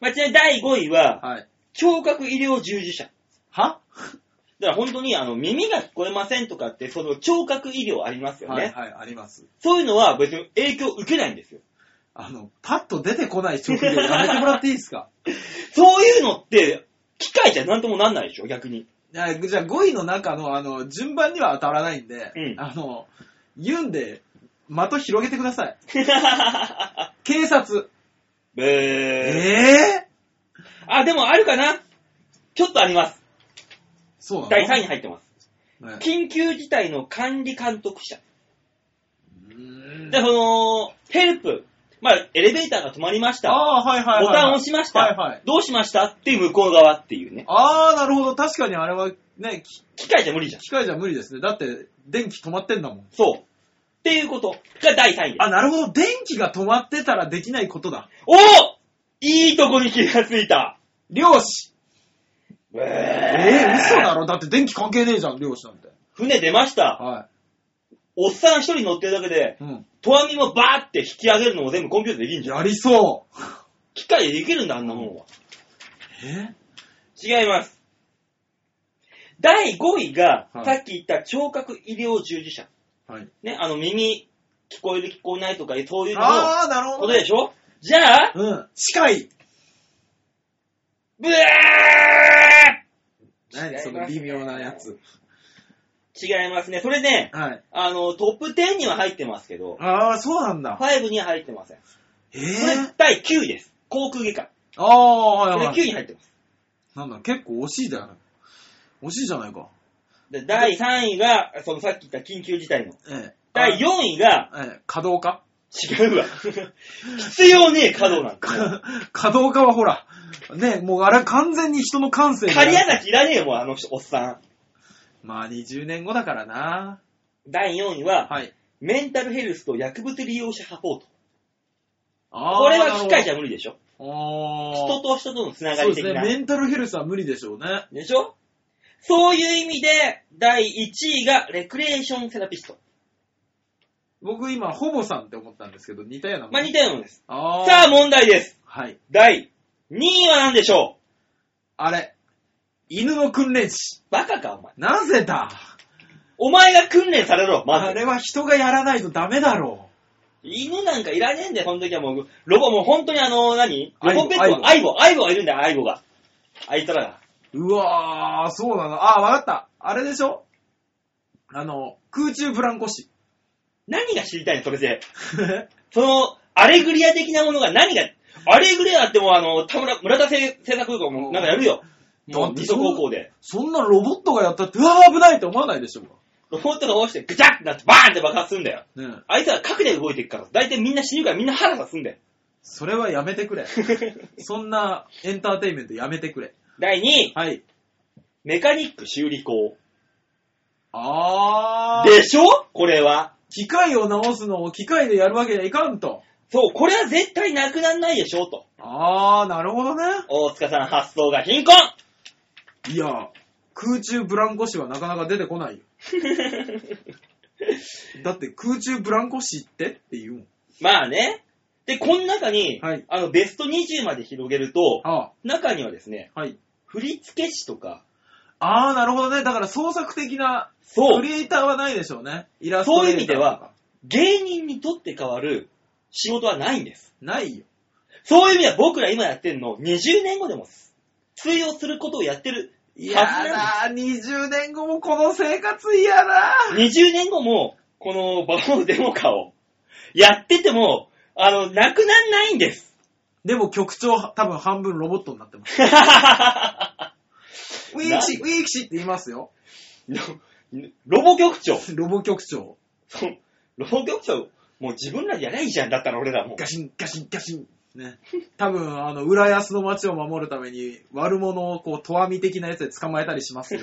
まあ、ちなみに第5位は、はい。聴覚医療従事者。はだから本当にあの耳が聞こえませんとかって、その聴覚医療ありますよね。はい、はい、あります。そういうのは別に影響受けないんですよ。あの、パッと出てこない職業やめてもらっていいですかそういうのって、機械じゃなんともなんないでしょ、逆に。 いやじゃあ5位の中の、あの、順番には当たらないんで、うんあの、言うんで、的広げてください。警察。ええー、えあ、でもあるかなちょっとあります。そうなの第3位に入ってます。ね緊急事態の管理監督者。うーんで、その、ヘルプ。まあ、エレベーターが止まりました。ああ、はいはいはいはい。ボタン押しました。はいはい。どうしましたっていう向こう側っていうね。ああ、なるほど。確かにあれはね、き機械じゃ無理じゃん。機械じゃ無理ですね。だって、電気止まってんだもん。そう。っていうことが第3位です。あ、なるほど。電気が止まってたらできないことだ。おおいいとこに気がついた。漁師。ええー、嘘だろだって電気関係ねえじゃん、漁師なんて。船出ました。はおっさん一人乗ってるだけで、い。うん。トワミもバーって引き上げるのも全部コンピューターできるんじゃん。やりそう。機械でできるんだ、あんなもんは。え違います。第5位が、はいさっき言った聴覚医療従事者。はい。ね、あの耳、聞こえる聞こえないとか、そういうののああ、なることほど。でしょじゃあ、うん。近い。ブエー何その微妙なやつ。違いますね。それね、はい。あの、トップ10には入ってますけど、ああ、そうなんだ。 5には入ってません。こえれー、第9位です。航空外科。ああ、はこいれは9い。位に入ってます。なんだ、結構惜しいだよね。惜しいじゃないか。で第3位が、そのさっき言った緊急事態の。ええ。第4位が、あええ、稼働家違うわ。 必要ねえ稼働なんか。か稼働家はほら、ね、もうあれは完全に人の感性仮屋崎いらねえもん、あの人おっさん。まあ20年後だからな。第4位は、はい。メンタルヘルスと薬物利用者サポート。あこれは機械じゃん。ゃ無理でしょ。あー人と人とのつながそうりで的すね。な。メンタルヘルスは無理でしょうね。でしょそういう意味で、第1位がレクレーションセラピスト。僕今、ほぼさんって思ったんですけど、似たようなもん。まあ、似たようなものです。あーさあ、問題です。はい。第2位は何でしょあれ。犬の訓練士う。バカか、お前。なぜだお前が訓練されろ、まあず。れは人がやらないとダメだろ犬なんかいらねえんだよ、その時はもう。ロボ、もう本当にあの、何アイロボボペット、アイボ、アイボがいるんだよ、アイボが。あいつらが。う。うわー、そうなの。あー、わかった。あれでしょあの、空中ブランコ 師。何が知りたいの、それで。その、アレグリア的なものが何が、アレグリアってもうあの、田村、村田製製作とかもなんかやるよ。だもっう、て二そ足う高校で。そんなロボットがやったって、うわー危ないって思わないでしょうか。ロボットが落ちて、ぐちゃってなって、バーンって爆発するんだよ。ねえあいつは核で動いていくから、大体みんな死ぬからみんな腹がす んだよ。それはやめてくれ。そんなエンターテインメントやめてくれ。第2位、はい。メカニック修理工。あー。でしょこれは。機械を直すのを機械でやるわけにはいかんと。そう、これは絶対なくなんないでしょと。あー、なるほどね。大塚さん発想が 貧困いや、空中ブランコ師はなかなか出てこないよ。だって空中ブランコ師ってって言うもん。まあね。で、この中に、はいあの、ベスト20まで広げると、あ中にはですね、ー、はい。振付師とか、あー、なるほどね。だから創作的な、そクう、リエイターはないでしょうね。イラストそういうレ意ーター味では、芸人にとって変わる仕事はないんです。ないよ。そういう意味では僕ら今やってるのを20年後でも通用することをやってる。いやだー、20年後もこの生活嫌だー。 20年後も、このバカのデモカをやってても、あの、なくなんないん です。でも局長、多分半分ロボットになってます。ウィークシ、ウィークシって言いますよ。ロボ局長。ロボ局長。そうロボ局長、もう自分らでやりゃいいじゃん。だったら俺らもう。ガシン、ガシン、ガシン。ね。多分、あの、浦安の街を守るために、悪者をこう、とわみ的なやつで捕まえたりし ますよ。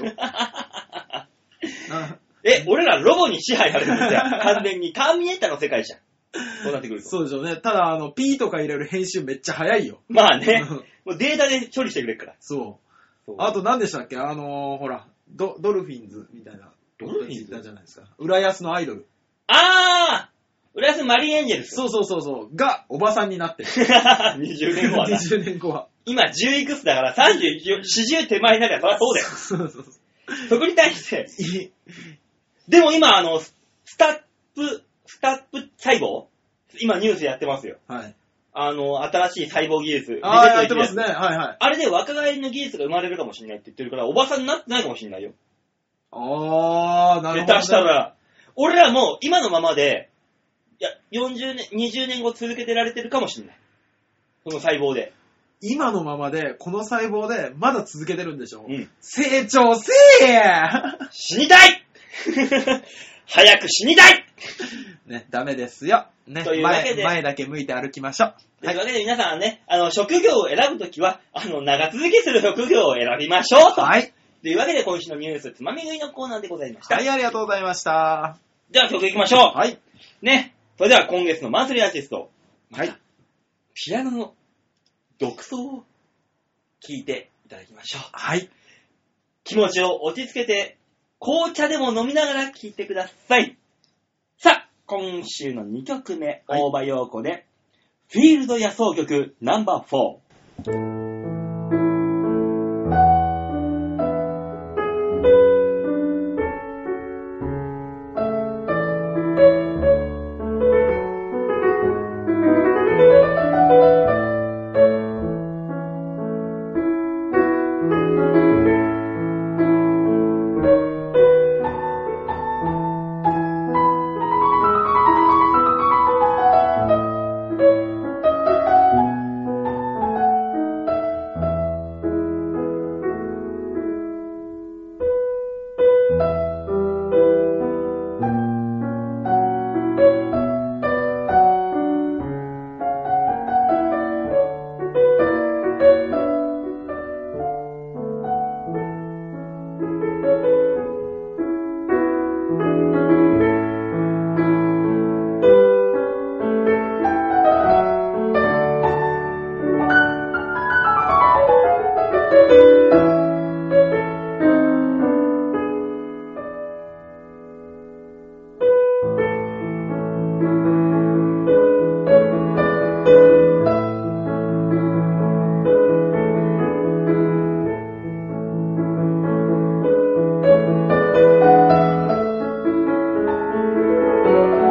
なえ、俺らロボに支配されるんですよ。 完全に。ターミネーターの世界じゃん。そうなってくると。そうでしょうね。ただ、あの、P とか入れる編集めっちゃ早いよ。まあねうん。もうデータで処理してくれるから。そそうう。あと、何でしたっけあのーほら、ド、ドルフィンズみたいな。ドルフィンズだじゃないですか。浦安のアイドル。あー浦安マリーエンジェルス。そうそうそうそう。が、おばさんになってる。 20年後はな。 20年後は。 今10いくつだから30、40手前になりゃそりゃそう だよ。そうそうそう。そこに対して、いでも今あの、ススタップ、スタップ細胞今ニュースやってますよ。はい。あの、新しい細胞技術。ああ、やっ出ててるますね。はいはい。あれで若返りの技術が生まれるかもしれないって言ってるから、おばさんになってないかもしれないよ。ああ、な下るほど、ね。手したら。俺らもう今のままで、いや、40年、20年後続けてられてるかもしれない。その細胞で。今のままで、この細胞で、まだ続けてるんでしょ、うん成長せえや死にた い早く死にたいね、ダメですよ。ねというわけ前、で前だけ向いて歩きましょう。と。はいいうわけで皆さんはね、あの、職業を選ぶときは、あの、長続きする職業を選びましょうと。はい。というわけで今週のニュースつまみ食いのコーナーでございました。はい、ありがとうございました。では曲行きましょはい。う。ね。それでは今月のマンスリーアーティスト。はい。ピアノの独奏を聴いていただきましょう。はい。気持ちを落ち着けて、紅茶でも飲みながら聴いてください。さあ、今週の2曲目、はい大場陽子で、フィールド野草曲ナンバー4。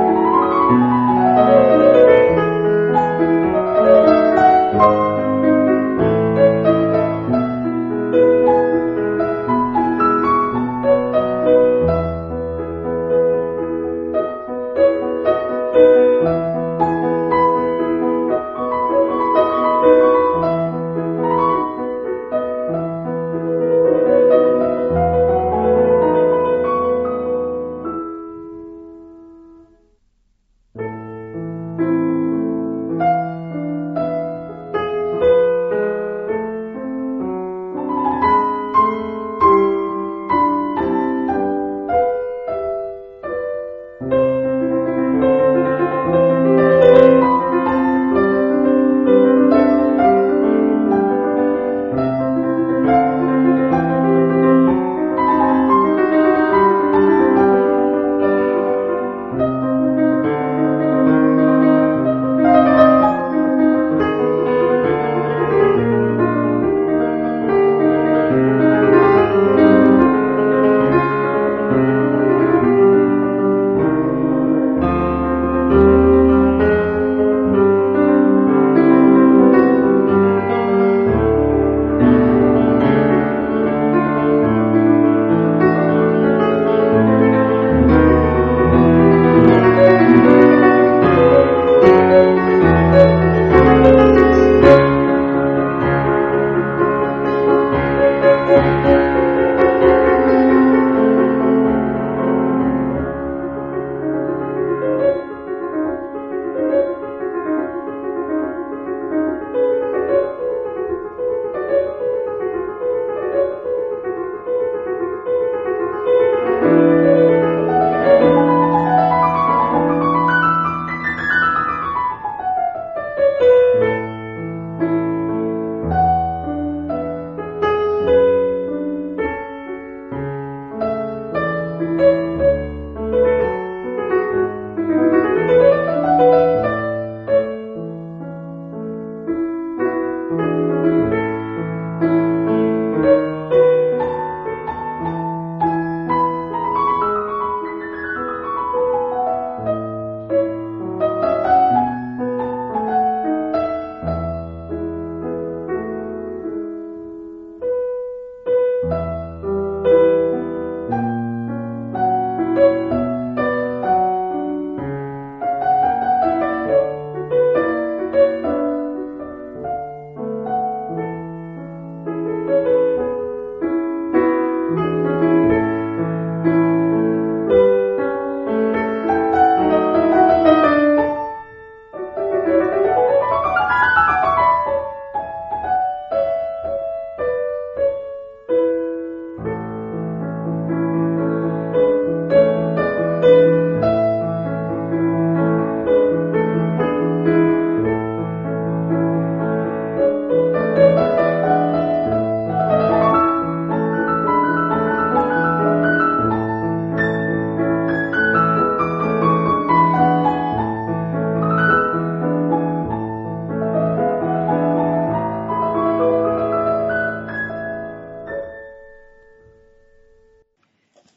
あ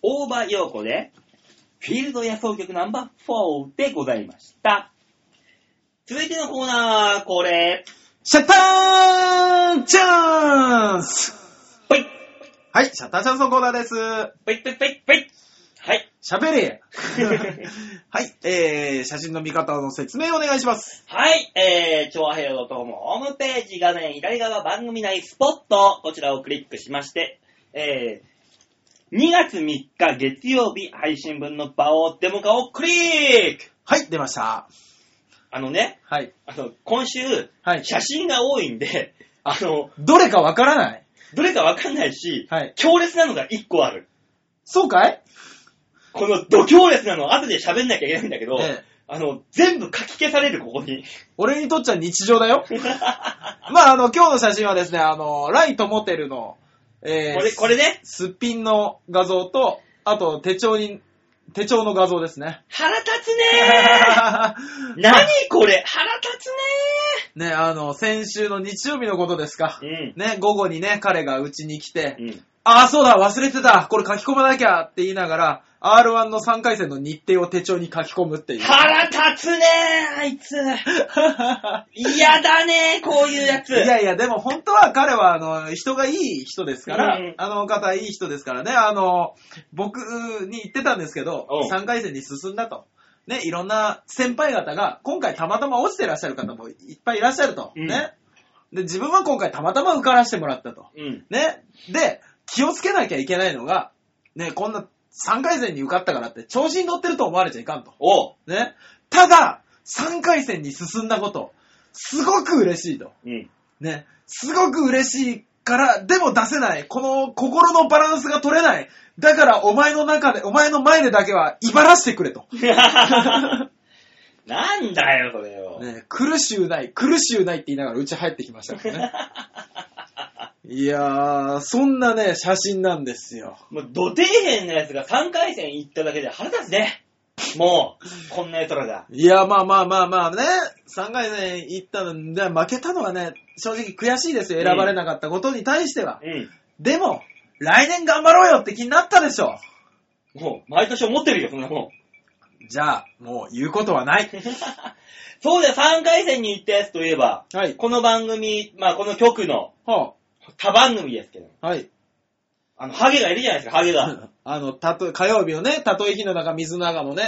川陽子で、フィールド野草曲ナンバー4でございました。続いてのコーナー、これ。シャッターチャンスぽいはい、シャッターチャンスのコーナーです。ぽいぽいぽいぽいはい。喋れ はい、えー、写真の見方の説明お願いします。はい、えー、調和平和 .com ホームページ画面左側番組内スポット、こちらをクリックしまして、えー、2月3日月曜日配信分の場をデモ化をクリックはい、出ました。あのね、はい。あの、今週、はい。写真が多いんで、あの、どれかわからないどれかわかんないし、はい。強烈なのが1個ある。そうかいこの度強烈なの、後で喋んなきゃいけないんだけど、ええあの、全部書き消される、ここに。 俺にとっちゃ日常だよ。まあ、あの、今日の写真はですね、あの、ライトモテルの、えー、これ、これね、すっぴんの画像と、あと手帳に、手帳の画像ですね。腹立つ ね ー何これ腹立つね、あの、先週の日曜日のことですか。ねね、午後にね、彼がうちに来て、ーうん。ああ、そうだ、忘れてた、これ書き込まなきゃって言いながら、R1 の3回戦の日程を手帳に書き込むっていう。腹立つねーあいつ嫌だねーこういうやつ いやいや、でも本当は彼は、あの、人がいい人ですから、うんあの方いい人ですからね、あの、僕に言ってたんですけどおう、 3回戦に進んだと。ね、いろんな先輩方が、今回たまたま落ちてらっしゃる方もいっぱいいらっしゃると。うんね。で、自分は今回たまたま受からせてもらったと。うん。ね。で、気をつけなきゃいけないのが、ね、こんな3回戦に受かったからって調子に乗ってると思われちゃいかんと。おう。ね。ただ、3回戦に進んだこと、すごく嬉しいと。うん。ね、すごく嬉しいから、でも出せない。この心のバランスが取れない。だからお前の中で、お前の前でだけは威張らせてくれと。 なんだよ、それよ。ね、苦しゅうない、苦しゅうないって言いながらうち入ってきまし たからね。いやー、そんなね、写真なんですよ。 もう、土底辺のやつが3回戦行っただけで腹立つね。もう、こんな奴らが。いや、まあまあまあまあね、3回戦行ったので、負けたのはね、正直悔しいですよ。選ばれなかったことに対しては。うん。でも、来年頑張ろうよって気になったでしょ。もう、毎年思ってるよ、そんな もん。じゃあ、もう言うことはない。そうだよ、3回戦に行ったやつといえば、はい。この番組、まあ、この局のは他番組ですけど、あ、はい。あの、ハゲがいるじゃないですか、ハゲが。あの、たと、火曜日のね、たとえ火の中、水の中もね、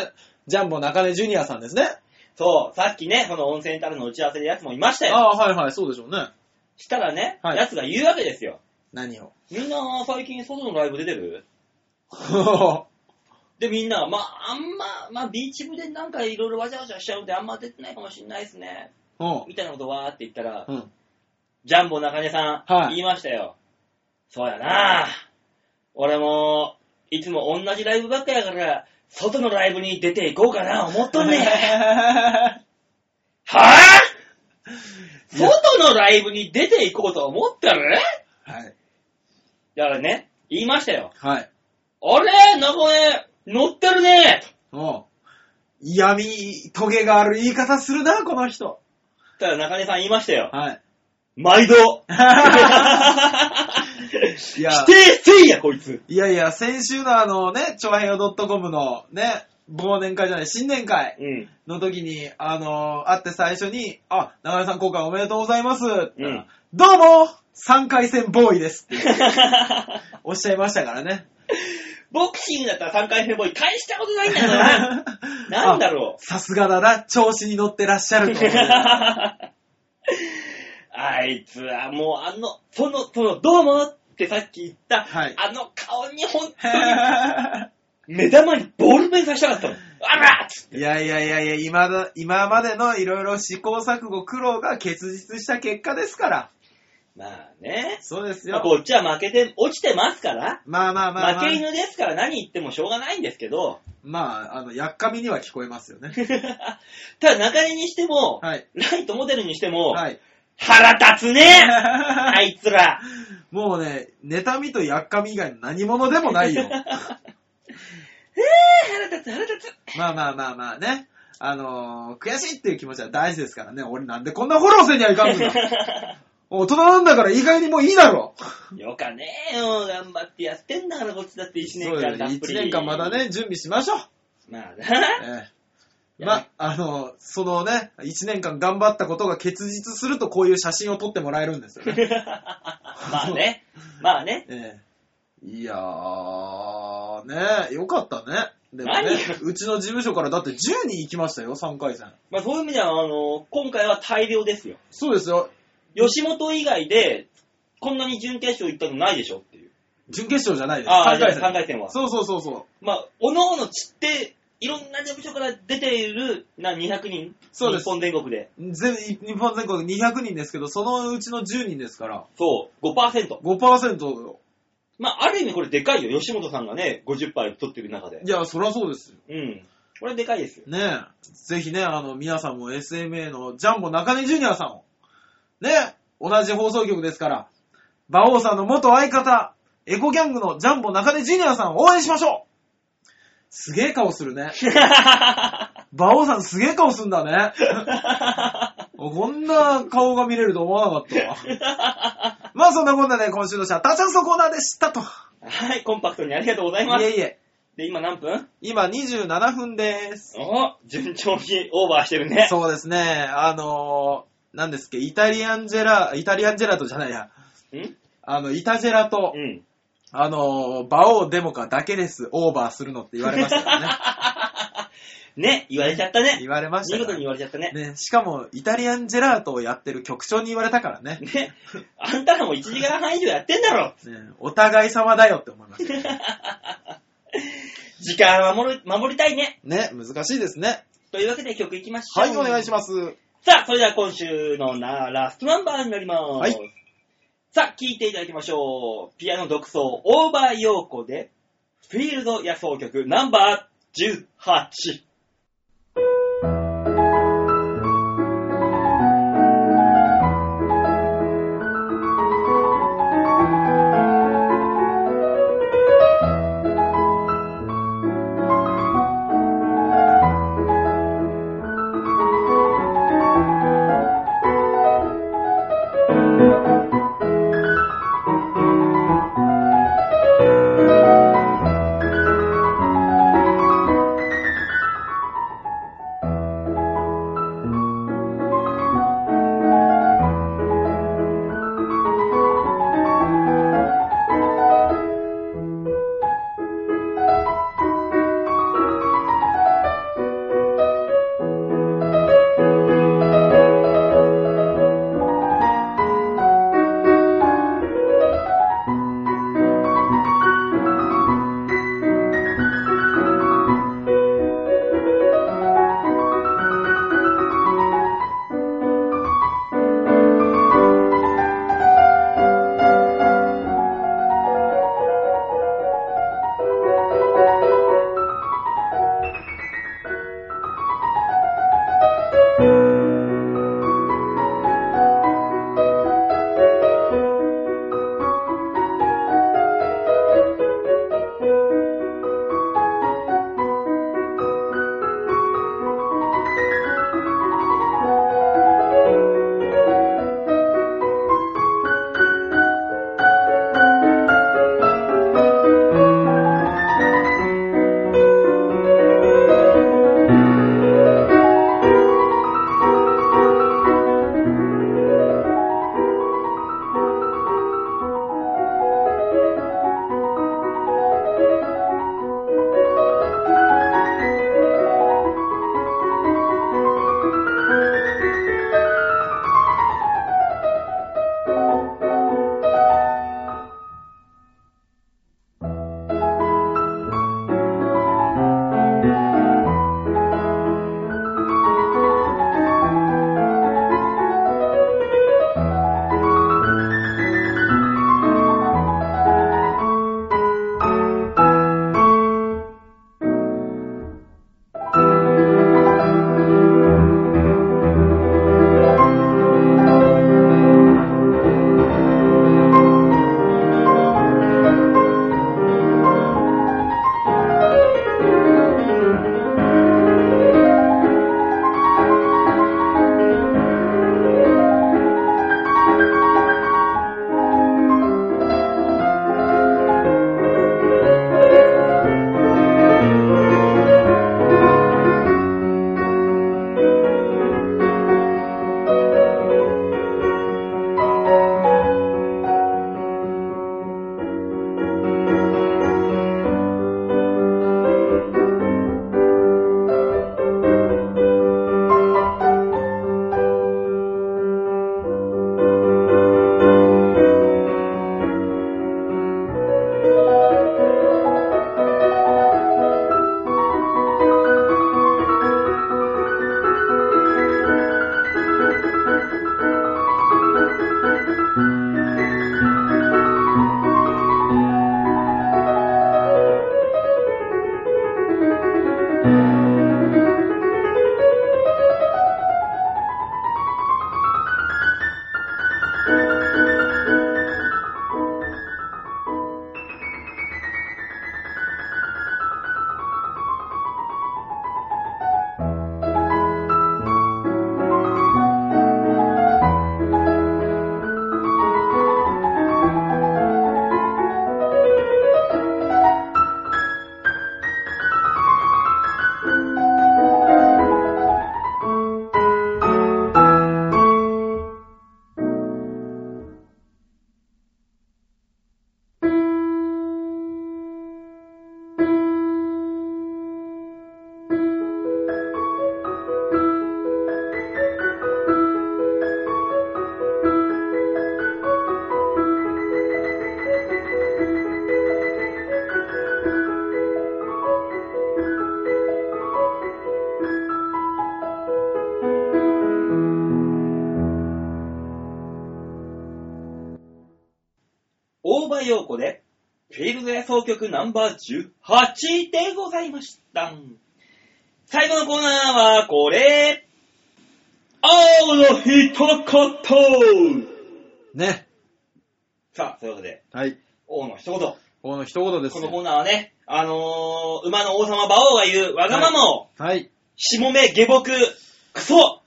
ジャンボ中根ジュニアさんですね。そう、さっきね、この温泉タルの打ち合わせでやつもいましたよ。ああ、はいはい、そうでしょうね。したらね、はいやつが言うわけですよ。何 を。みんな、最近外のライブ出てるで、みんな、まあ、あんま、まあ、ビーチ部でなんかいろいろわちゃわちゃしちゃうんで、あんま出てないかもしんないですね。うん。みたいなことわーって言ったら、うん。ジャンボ中根さん、はい言いましたよ。そうやな俺も、いつも同じライブばっかやから、外のライブに出ていこうかな、思っ とんねん。 はぁ外のライブに出ていこうと思ってるはい。だからね、言いましたよ。はい。あれ中根、乗ってるねうん。闇、トゲがある言い方するな、この人。たら中根さん言いましたよ。はい。 毎度いや否定せいや、こいつ。いやいや、先週のあのね、超平洋 .com のね、忘年会じゃない、新年会うん。の時に、あのー会って最初に、あ、中根さん今回おめでとうございますって言ったら、どうも !3 回戦ボーイですっておっしゃいましたからね。 ボクシングだったら3回戦ボーイ大したことないんだから な。な んだろさすがだな、調子に乗ってらっしゃう ると思う。 あいつはもうあの、その、その、どうもってさっき言った、はいあの顔に本当に目玉にボールペンさせたかったの。あらっつっていやいやいやいや、今だ今までのいろいろ試行錯誤苦労が結実した結果ですから。まあね。そうですまあよ。こっちは負けて、落ちてますから、まあまあまあ、まあ負け。犬ですから何言ってもしょうがないんですけど、 まあ、あの、やっかみには聞こえますよね。ただ中根にしても、はい。ライトモデルにしても、はい。腹立つねあいつら。 もうね、妬みとやっかみ以外の何者でも ないよ。腹立つ、腹立つ。まあまあまあまあね。 あのー悔しいっていう気持ちは大事ですからね。俺なんでこんなフォローせにはいかんのだ。大人なんだから意外にもういいだろ よかねえよ、頑張ってやってんだから、こっちだって1年間たっぷ1り。年間まだ。ね、準備しましょう。まあ な。ええやま、あの、そのね、1年間頑張ったことが結実するとこういう写真を撮ってもらえるんで すよね。まあね。まあね。ええいやー、ねよかったね。でもね何よ、うちの事務所からだって10人行きましたよ、3回戦。まあそういう意味では、あの、今回は大量ですよ。そうですよ、吉本以外で、こんなに準決勝行ったのないでしょっていう。準決勝じゃないです。ああ、 3じゃあ回3戦。回戦は。そうそうそうそう。まあ、おのおの散って、いろんな事務所から出ているな200人、そうです日本全国で。全日本全国200人ですけど、そのうちの10人ですから、そう、5%。 5%よ。まあ、ある意味これでかいよ。吉本さんがね、50杯取ってる中でい。や、そりゃそうですよ。うん。これでかいですよ。ねえ、ぜひね、あの、皆さんも SMA のジャンボ中根ジュニアさんを、ね、同じ放送局ですから、馬王さんの元相方、エコギャングのジャンボ中根ジュニアさんを応援しましょうすげえ顔するね。馬王さんすげえ顔すんだね。 こんな顔が見れると思わなかったわ。まあそんなこんなで今週のシャッターチャンスのコーナーでしたと。はい、コンパクトにありがとうございまいす。えいえ、で、今何分今27分です。お順調にオーバーしてるね。そうですね、あのー、なんですっけ、イタリアンジェラ、イタリアンジェラとじゃないや、うんあの、イタジェラとう、ん。あのー、バオーデモカだけです、オーバーするのって言われました からね。ね、言われちゃったね。言われました見か事らに言われちゃったね。ね、しかも、イタリアンジェラートをやってる局長に言われたからね。ね、あんたらも1時間半以上やってんだろ。ねお互い様だよって思いました。時間は守る守りたいね。 ね、難しいですね。というわけで曲いきましょう。はい、お願いします。さあ、それでは今週のなラストナンバーになります。はいさあ、聴いていただきましょう。ピアノ独奏、オーバーヨーコで、フィールド野草曲ナンバー18。 「葉陽子で、フィルグレ総曲ナンバー18でございました。最後のコーナーはこれ。青の一言ね。さあ、ということで、はい。王の一言。この一言ですこよのコーナーはね、あのー、馬の王様馬王が言うわがままを、はい。しもめ、下僕、クソ、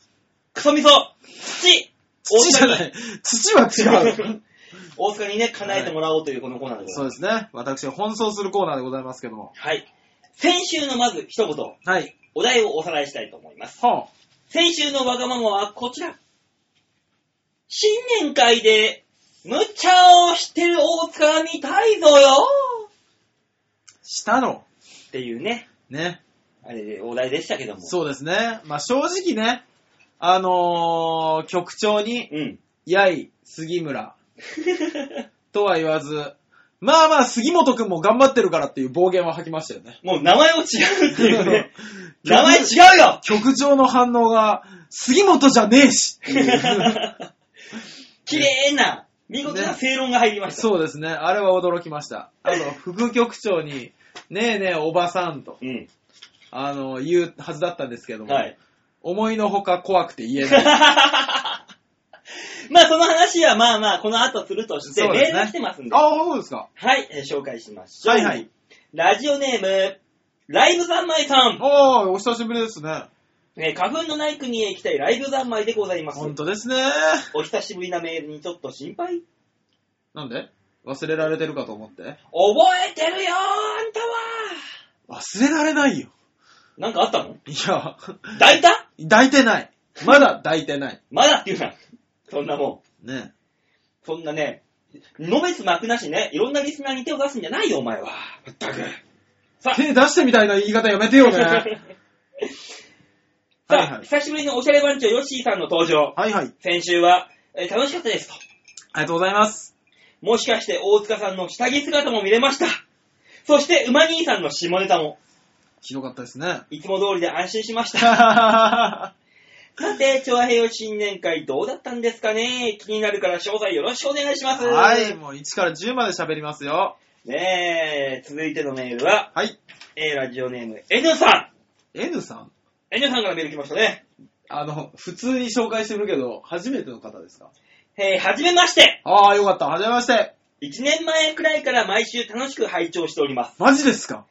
クソみそ、土、 土じゃない。土は違う。 大塚にね、叶えてもらおうというこのコーナーでございそうま。ですすね。私、奔走するコーナーでございますけども。はい。先週のまず一言、はい。お題をおさらいしたいと思います。は先週のわがままはこちら。新年会で、無茶をしてる大塚が見たいぞよしたの。っていうね、ね。あれでお題でしたけども。そうですね。まあ、正直ね、あのー局長に、う。うん。 やい、杉村、とは言わず、まあまあ、杉本くんも頑張ってるからっていう暴言は吐きましたよね。もう名前を違うっていう ね。名前違うよ局長の反応が、杉本じゃねえしっていう綺麗な、見事な正論が入りました。そうですね。あれは驚きました。あと、副局長に、ねえねえ、おばさんと、うん。あの、言うはずだったんですけども、はい。 思いのほか怖くて言えない。まあ、その話はまあまあ、この後するとして、そうでメーすねルが来てますんで。ああ、そうですか。はい、えー紹介しましょう。はいはい。。ラジオネーム、ライブ三昧さん。ああ、お久しぶりですね。えー花粉のない国へ行きたいライブ三昧でございます。本当ですね。お久しぶりなメールにちょっと心配。なんで忘れられてるかと思って。覚えてるよー、あんたは忘れられないよ。なんかあったのいや、抱いた抱いてない。まだ抱いてない。まだっていうな。そんなもん。ね。そんなね、のべつ幕なしね、いろんなリスナーに手を出すんじゃないよ、お 前は。まったく。さあ、手出してみたいな言い方やめてよ ね。さあ、はいはい久しぶりのおしゃれ番長ヨッシーさんの登場。はいはい。先週は、えー楽しかったですと。ありがとうございます。もしかして大塚さんの下着姿も見れました。そして、馬兄さんの下ネタも、ひどかったです ね。いつも通りで安心しまし た。はさて、調和平和新年会どうだったんですかね気になるから詳細よろしくお願いします。い、。もう1から10まで喋りますよ。ねえ、続いてのメールは、はい。えーラジオネーム、N さ N さんん。N さんからメール来ましたね。あの、普通に紹介してるけど、初めての方ですかえー、はじめまして。ああ、よかった。はじめまして。 1年前くらいから毎週楽しく拝聴しております。マジですか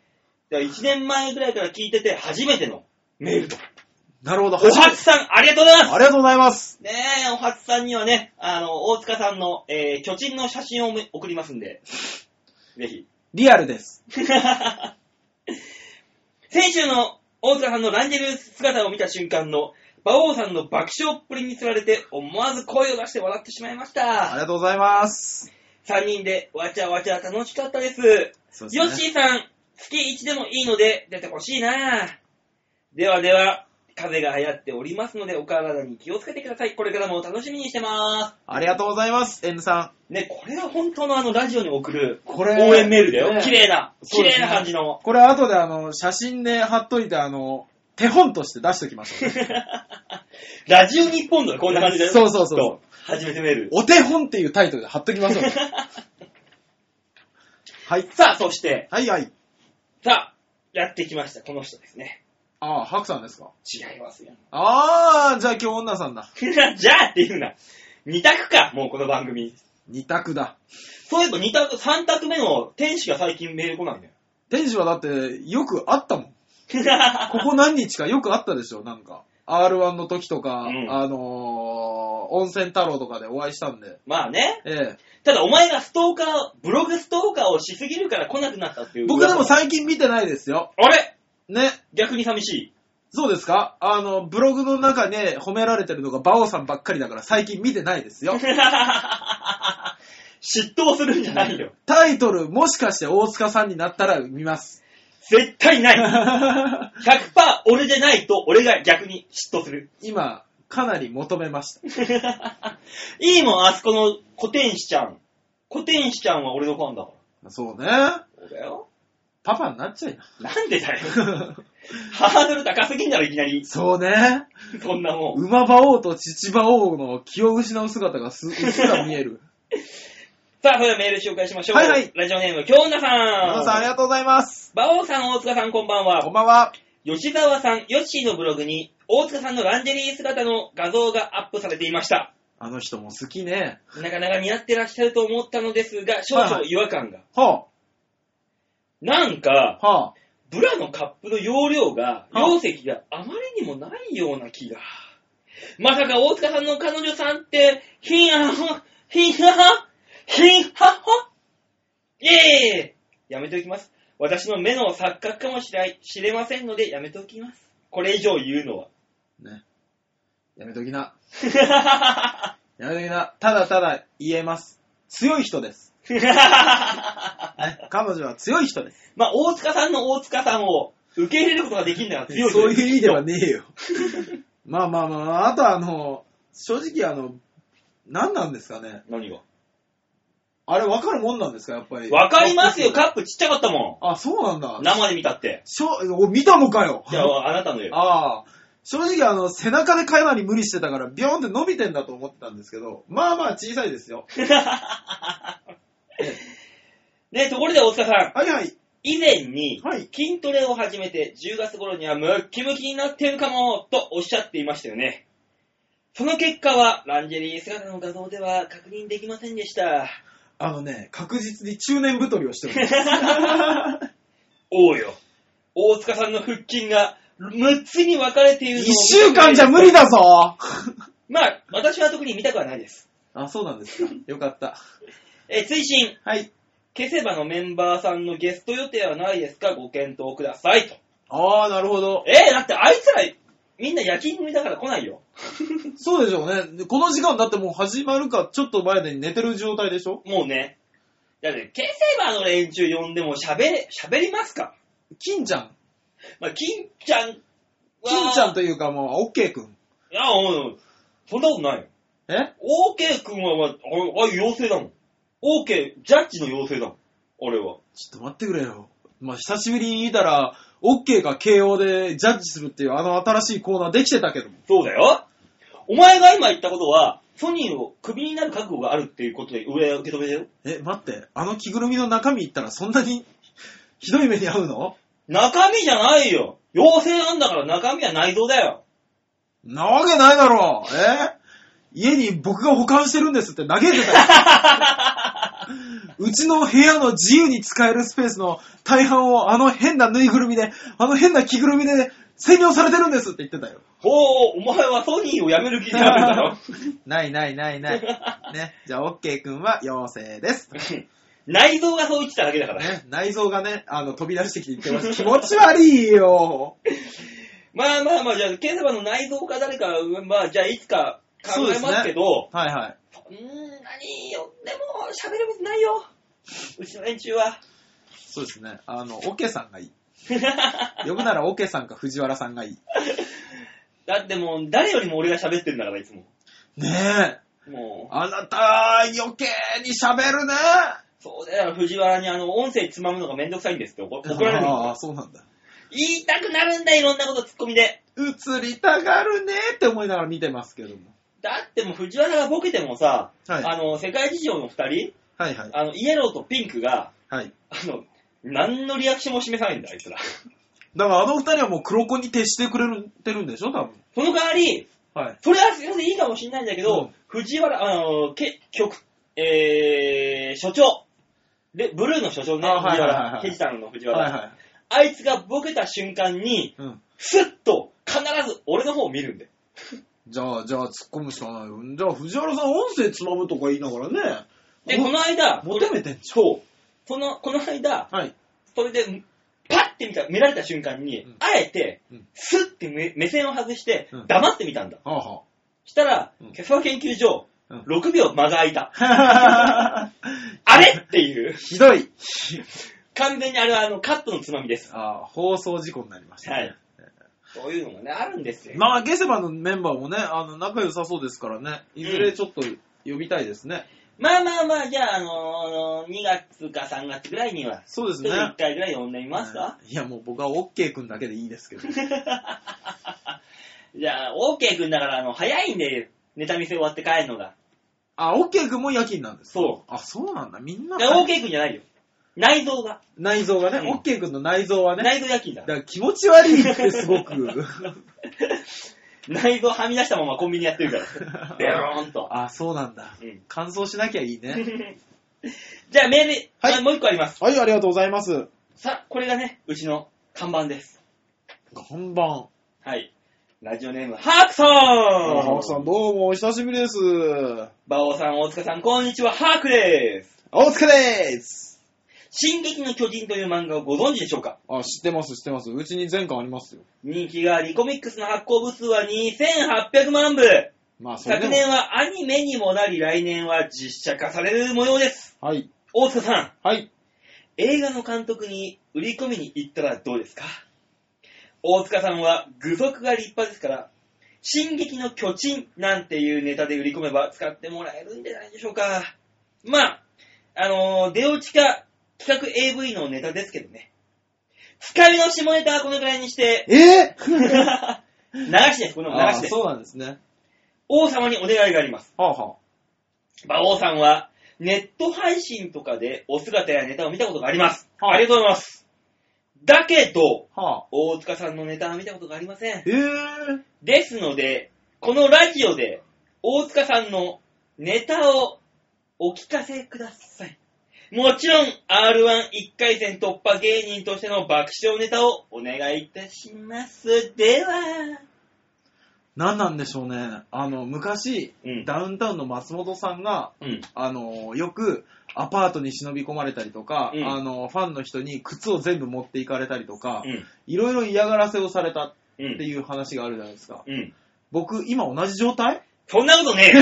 1年前くらいから聞いてて初めてのメールと。なるほど。おはつさん、ありがとうございますありがとうございます。ねえ、おはつさんにはね、あの、大塚さんの、えー巨人の写真をめ送りますんで、ぜひ。 リアルです。先週の大塚さんのランジェル姿を見た瞬間の、馬王さんの爆笑っぷりにつられて、思わず声を出して笑ってしまいましありた。がとうございます。 3人で、わちゃわちゃ楽しかったです。そうヨッシーさん、月1でもいいので出てほしいなではでは、風邪が流行っておりますので、お体に気をつけてください。これからも楽しみにしてまありがとうございます、N さす。ん。ね、これが本当のあの、ラジオに送る、こ応れ援メールだよ。ね綺麗な、そ綺うです麗ねな感じの。 これ後であの、写真で貼っといて、あの、手本として出しときましょう。ラジオ日本のこんな感じだよ。そうそうそうきっと。初めてメール。お手本っていうタイトルで貼っとき ましょう。はい。さあ、そして、はいはい。さあ、やってきました。この人ですね。ああ、ハクさんですか。違いますよ。 ああ、じゃあ今日女さんだ。じゃあっていうな。二択か、もうこの番組。二択だ。そういえば二択、三択目の天使が最近メール来ないんだよ。天使はだって、よくあったもん。ここ何日かよくあったでしょ、なんか。R1 の時とか、うんあのー、温泉太郎とかでお会いしたんで。 まあね。えただお前がストーカー、ブログストーカーをしすぎるから来なくなったっていえ。う。僕でも最近見てないですよ。あれね。逆に寂しい。そうですかあの、ブログの中で褒められてるのがバオさんばっかりだから最近見てないで すよ。嫉妬するんじゃないよ。タイトル、もしかして大塚さんになったら見ます。絶対ない。100%俺じゃないと俺が逆に嫉妬す る。今、かなり求めました。いいもん、あそこの古天使ちゃん。古天使ちゃんは俺のファンだかそうね。ら。そうだよ。パパになっちゃいなんでだよ。な。ハードル高すぎんだろ、いきなり。そうね。そんなもん。馬馬王と父馬王の気を失う姿がす、うっすら見える。さあ、それではメール紹介しましょう。はいはいラジオネーム、京女さん。皆さんありがとうございます。馬王さん、大塚さん、こんばんこんは。ばんは。吉沢さん、ヨッシーのブログに、大塚さんのランジェリー姿の画像がアップされていました。あの人も好きね。なかなか似合ってらっしゃると思ったのですが、少々違和感が。はなんか、あ、はあ。ブラのカップの容量が、は容積があまりにもないような気が。まさか大塚さんの彼女さんって、ひんはは、ひんはは、ひんははイェーイやめておきます。私の目の錯覚かもしれ知れませんのでやめておきます。これ以上言うのは。ね。やめときな。やめときな。ただただ言えます。強い人です。ね 彼女は強い人です。 まあ、大塚さんの大塚さんを受け入れることができるなら強いとそういう意味ではねえよ。まあまあまあ、あとあの、正直あの、何なんですか ね。何があれ分かるもんなんですか、やっぱり。わかりますよ、カップちっちゃかったもあ、そうなんだん。。生で見たって。しょお見たのかよ。じゃあ、あなたのよ。ああ。正直あの、背中でかなり無理してたから、ビョーンって伸びてんだと思ってたんですけど、まあまあ小さいですよ。 ね、ところで大塚さん、はいはい。以前にはい。筋トレを始めて10月頃にはムッキムキになってるかもとおっしゃっていましたよね。その結果はランジェリー姿の画像では確認できませんで した。あのね、確実に中年太りをしてるん です。おうよ。大塚さんの腹筋が6つに分かれているのを一週間じゃ無理だぞまあ、私は特に見たくはないです。あ、そうなんですか。よかった。え、追伸、はい。消せばのメンバーさんのゲスト予定はないですかご検討くださいと。ああ、なるほど。えーだってあいつら、みんな夜勤組だから来ないよ。そうでしょうね。でこの時間だってもう始まるかちょっと前で寝てる状態でしょもうね。だって、ケンセイバーの連中呼んでも喋れ、喋りますか金ちゃん。まあ、金ちゃんは金ちゃんというかもう、オッケーくん。いや、うん。そんなことないよ。え OK 君は、まあ、ああいう妖精だもん。OK、ジャッジの妖精だもん。俺は。ちょっと待ってくれよ。まあ、久しぶりに見たら、オッケーが KO でジャッジするっていうあの新しいコーナーできてたけども。そうだよ。お前が今言ったことは、ソニーをクビになる覚悟があるっていうことで上は受け止めてよ。え、待って、あの着ぐるみの中身言ったらそんなにひどい目に遭うの中身じゃないよ。妖精なんだから中身は内臓だよ。なわけないだろうえ家に僕が保管してるんですって嘆いてたよ。うちの部屋の自由に使えるスペースの大半をあの変なぬいぐるみで、あの変な着ぐるみで占領されてるんですって言ってたよ。ほう、お前はソニーを辞める気じゃないんだ ろ。ないないないない。ね。じゃあ、オッケーくんは妖精です。内臓がそう言ってただけだから。ね、内臓がね、あの、飛び出してきて言ってます。気持ち悪いよ。まあまあまあ、じゃあ、ケンサバの内臓か誰か、うんまあ、じゃあ、いつか考えますけど、はいはい。う,、ん、何よ、でも、喋ることないよ。うちの連中は。 そうですね。あの、オケさんがいい。呼ぶならオケさんか藤原さんがいい。だってもう、誰よりも俺が喋ってるんだから、いつも。ねえ。もあなた、余計に喋るね。う、そうだよ、藤原にあの、音声つまむのがめんどくさいんですって 怒怒られるああ、の。そうなんだ。言いたくなるんだ、いろんなことツッコミで。映りたがるねって思いながら見てますけども。だってもう藤原がボケてもさ、はいあの、世界事情の二人、はいはい。あの、イエローとピンクが、はい。あの、何のリアクションも示さないんだ、あいつら。だからあの二人はもう黒子に徹してくれるてるんでしょ多分。その代わり、はい。それはそれでいいかもしれないんだけど、うん藤原、あの、け、局、えー、所長。で、ブルーの所長ね、あはい藤はいはいは原、いケジタンの藤原、はいはい。あいつがボケた瞬間に、うん。スッと必ず俺の方を見るんで。じゃあ、じゃあ突っ込むしかないよ。じゃあ藤原さん音声つまむとか言いながらね。で、おこの間、求めてんじそう。その、この間、ゃん。はい。それで、パッて見た、見られた瞬間に、うんあえてうん、スッて目目線を外してう、ん黙ってみたんだ。はあはあ。したらう、んケソ研究所、うん6秒間が空いた。あ あれっていう、ひどい。完全にあれはあのカットのつまみです。あー放送事故になりました、ね。はい。そういうのがね、あるんですよ。まあ、ゲセバのメンバーもね、あの、仲良さそうですからね、いずれちょっと呼びたいですね。まあまあまあ、じゃあ、あのー、2月か3月ぐらいには、そうでちすょっとね。 1回ぐらい呼んでみますか、いや、もう僕はオッケーくんだけでいいですけど。 じゃあ、OK 君だから、あの、早いんで、ネタ見せ終わって帰るのが。あ、オッケーくんも夜勤なんです。そあ、そうなんだ。みんなう。で、。OK 君じゃないよ。内臓が。内臓がね、うんオッケーくんの内臓はね。内臓夜勤だだ。から気持ち悪いってすご く。内臓はみ出したままコンビニやってるか ら。ベローンと。あ、そうなんだ。うん乾燥しなきゃいいね。じゃあメール、はいあもう一個あります。 はい、ありがとうございます。さあ、これがね、うちの看板です。看板。はい。ラジオネーム、ハークさんあ、ハクさんどうもお久しぶりです。バオさん、大塚さん、こんにちは、ハークです。お疲れーす。進撃の巨人という漫画をご存知でしょうかあ、知ってます、知ってます。うちに前回ありますよ。人気があり、コミックスの発行部数は2800万部。まあ、それで昨も。年はアニメにもなり、来年は実写化される模様です。はい。大塚さん、はい。映画の監督に売り込みに行ったらどうですか大塚さんは具足が立派ですから、進撃の巨人なんていうネタで売り込めば使ってもらえるんじゃないでしょうか。まあ、あのー出落ちか企画 AV のネタですけどね。つかみの下ネタはこのくらいにして、 え流しです、この流あしです。そうなんですね。王様にお願いがあります。はあ、は馬王さんは、ネット配信とかでお姿やネタを見たことがあります。はいありがとうございます。だけど、あ、はあ。大塚さんのネタは見たことがありません。えー、ですので、このラジオで、大塚さんのネタをお聞かせください。もちろん、R11 回戦突破芸人としての爆笑ネタをお願いいたします。では、何なんでしょうね。あの、昔、うんダウンタウンの松本さんが、うん。あの、よく、アパートに忍び込まれたりとか、うんあの、ファンの人に靴を全部持っていかれたりとか、うん。いろいろ嫌がらせをされたうってん。いう話があるじゃないですか。うん。僕、今同じ状 態そんなことねえよ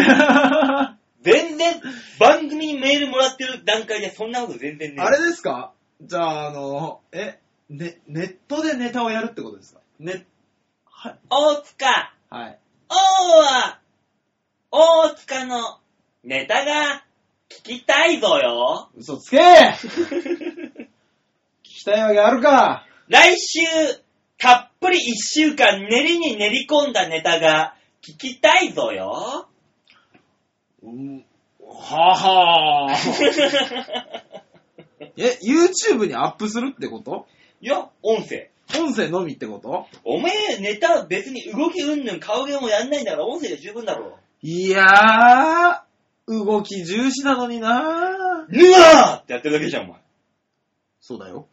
全然、番組にメールもらってる段階でそんなこと全然ね。あれですかじゃあ、あの、え、ね、ネットでネタをやるってことですかね、はい。大塚、はい。王は、大塚のネタが聞きたいぞ よ。嘘つけ聞きたいわけあるか来週、たっぷり一週間練りに練り込んだネタが聞きたいぞよ。うんはあはあ。 え、YouTube にアップするってこと いや、音声。音声のみってことおめえ、ネタは別に動きうんぬん顔芸もやんないんだから音声で十分だろ。いやー、動き重視なのになぬわーってやってるだけじゃん、お前。そうだよ。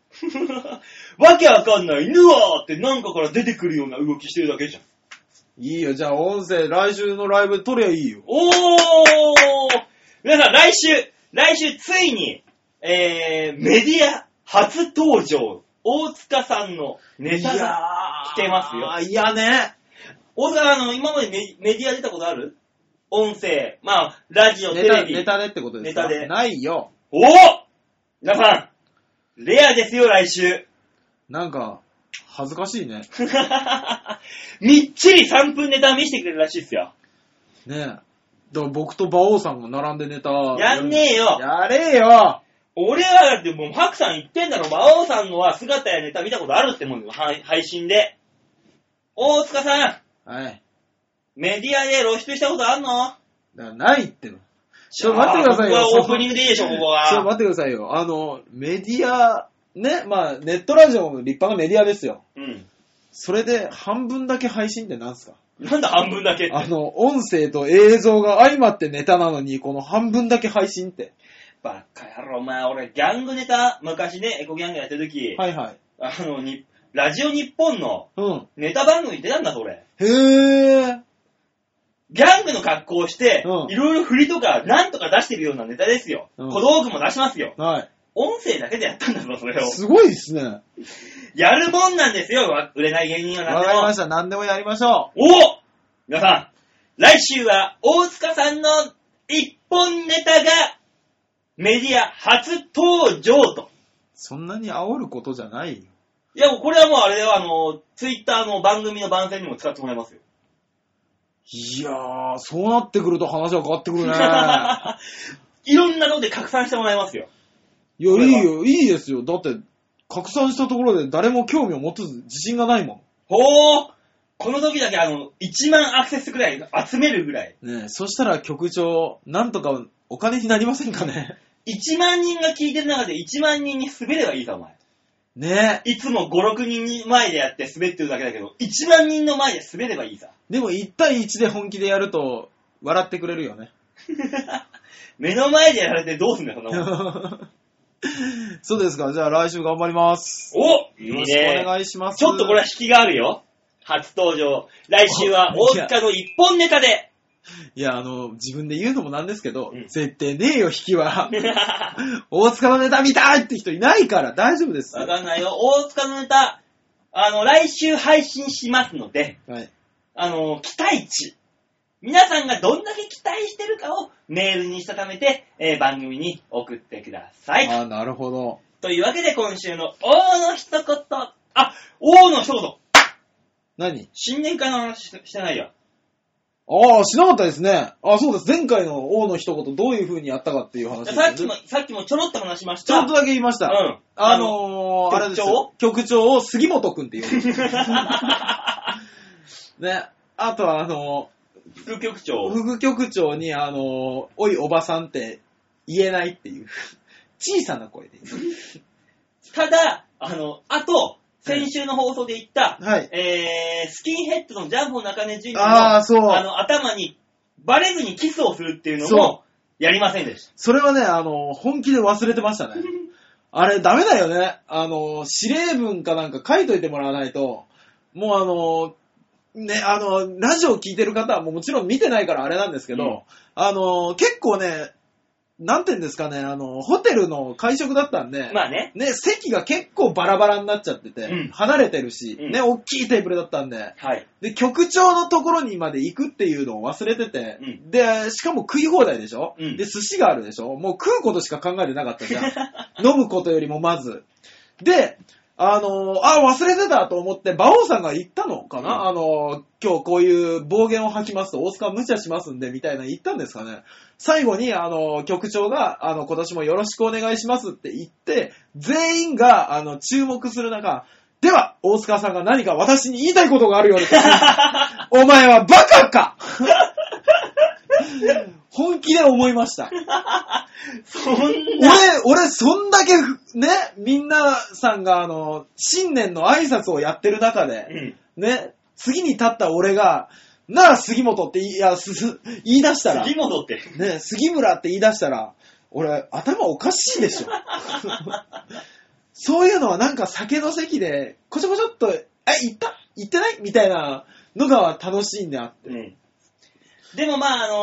わけわかんない、ぬわーってなんかから出てくるような動きしてるだけじゃん。いいよ、じゃあ音声来週のライブ撮りゃいいよ。おー皆さん、来週、来週ついに、えー、メディア初登場、大塚さんのネタが、が来てますよあ、いやね。大塚さん、あの、今までメメディア出たことある音声、まあ、ラジオ、テネタレビ。ネタでってことですかネタでないよ。おー皆さん、レアですよ、来週。 なんか、恥ずかしいね。みっちり3分ネタ見せてくれるらしいっすよ。ねえ。だから僕と馬王さんが並んでネタやんねえよ。やれよ俺はだってもう、ハクさん言ってんだろ、馬王さんのは姿やネタ見たことあるってもんよ、はい配信で。大塚さん、はい。メディアで露出したことあんのだからないっての。ちょっと待ってくださいよあーここはオープニングでいいでしょ、ここちょっとは。待ってくださいよ。あの、メディア、ね、まあ、ネットラジオも立派なメディアですよ。うん。それで、半分だけ配信ってなんすかなんだ半分だけって。あの、音声と映像が相まってネタなのに、この半分だけ配信って。バカ野郎、お前、俺、ギャングネタ、昔ね、エコギャングやってる時、はいはい。あの、に、ラジオ日本のうん。ネタ番組出たんだぞ、俺。へー。ギャングの格好をして、うんいろいろ振りとか、なんとか出してるようなネタですよ。うん小道具も出しますよ。はい。音声だけでやったんだぞ、それを。すごいですね。わやるもんなんですよ、わ売れない芸人はかりまなんしでた。何でもやりましょも。お皆さん、来週は大塚さんの一本ネタがメディア初登場と。う。そんなに煽ることじゃないよ。いや、もうこれはもうあれでは、あの、ツイッターの番組の番宣にも使ってもらいますよ。いやー、そうなってくると話は変わってく るね。いいろんなので拡散してもらいますよ。や、いいよ、いいですよ。だって、拡散したところで誰も興味を持つ自信がないもん。ほーこの時だけあの、1万アクセスぐらい集めるぐらい。ねえそしたら局長、なんとかお金になりませんかね。 1万人が聞いてる中で1万人に滑ればいいさ、お前。 ねえ。いつも5、6人に前でやって滑ってるだけだけど、1万人の前で滑ればいいさ。 でも1対1で本気でやると、笑ってくれるよ ね。目の前でやられてどうすんだよ、そん なもん。そうですか。じゃあ来週頑張ります。およろしくお願いします。ちょっとこれは引きがあるよ。初登場。来週は大塚の一本ネタ で。いや、あの、自分で言うのもなんですけど、うん絶対ねえよ、引きは。 大塚のネタ見たいって人いないから大丈夫です。わかんないよ。大塚のネタ、あの、来週配信しますので、はい。あの、期待値。皆さんがどんだけ期待してるかをメールにしたためて、えー番組に送ってください。ああ、なるほど。というわけで今週の王の一言。あ、王の一言。何新年会の話ししてないよ。ああ、しなかったですね。ああ、そうです。前回の王の一言、どういう風にやったかっていう話ですねさっきも、さっきもちょろっと話しましちょた。っとだけ言いました。うんあのー、あれですよ。局長を杉本くんって言う。ね。 あとは、あの副局ー、長。副局長に、あのー、おいおばさんって言えない っていう。小さな声で言う。ただ、あの、あと、先週の放送で言った、はい。えー、スキンヘッドのジャンボ中根ジュニあアあ、そうの、。あの、頭に、バレずにキスをするっていうのもそ、やりませんでした。それはね、あのー、本気で忘れてましたね。あれ、ダメだよね。あのー、司令文かなんか書いといてもらわないと、もうあのー、ね、あのー、ラジオ聞いてる方はもうもちろん見てないからあれなんですけど、うんあのー、結構ね、なんていうんですかね、あのー、ホテルの会食だったんで、まあね。ね、席が結構バラバラになっちゃってて、うん離れてるし、うんね、大きいテーブルだったんで、はい。で、局長のところにまで行くっていうのを忘れてて、うで、しかも食い放題でしょ、うんで、寿司があるでしょもう食うことしか考えてなかったじゃん。 飲むことよりもまず。で、あのーあ、忘れてたと思って、馬王さんが言ったのかな、あのー今日こういう暴言を吐きますと、大塚は無茶しますんで、みたいなの言ったんですかね。最後に、あのー局長が、あの、今年もよろしくお願いしますって言って、全員が、あの、注目する中、では、大塚さんが何か私に言いたいことがあるようです。お前はバカか 本気で思いました。そん俺な、、俺、そんだけ、ね、みんなさんが、あの、新年の挨拶をやってる中うで、ん。ね、次に立った俺が、なあ、杉本って言い、いや、すす言い出したら、杉本って。ね、杉村って言い出したら、俺、頭おかしいでし ょ。そういうのはなんか酒の席で、こちょこちょっと、え、行った行ってないみたいなのが楽しいんだって。うん。でもまあ、あの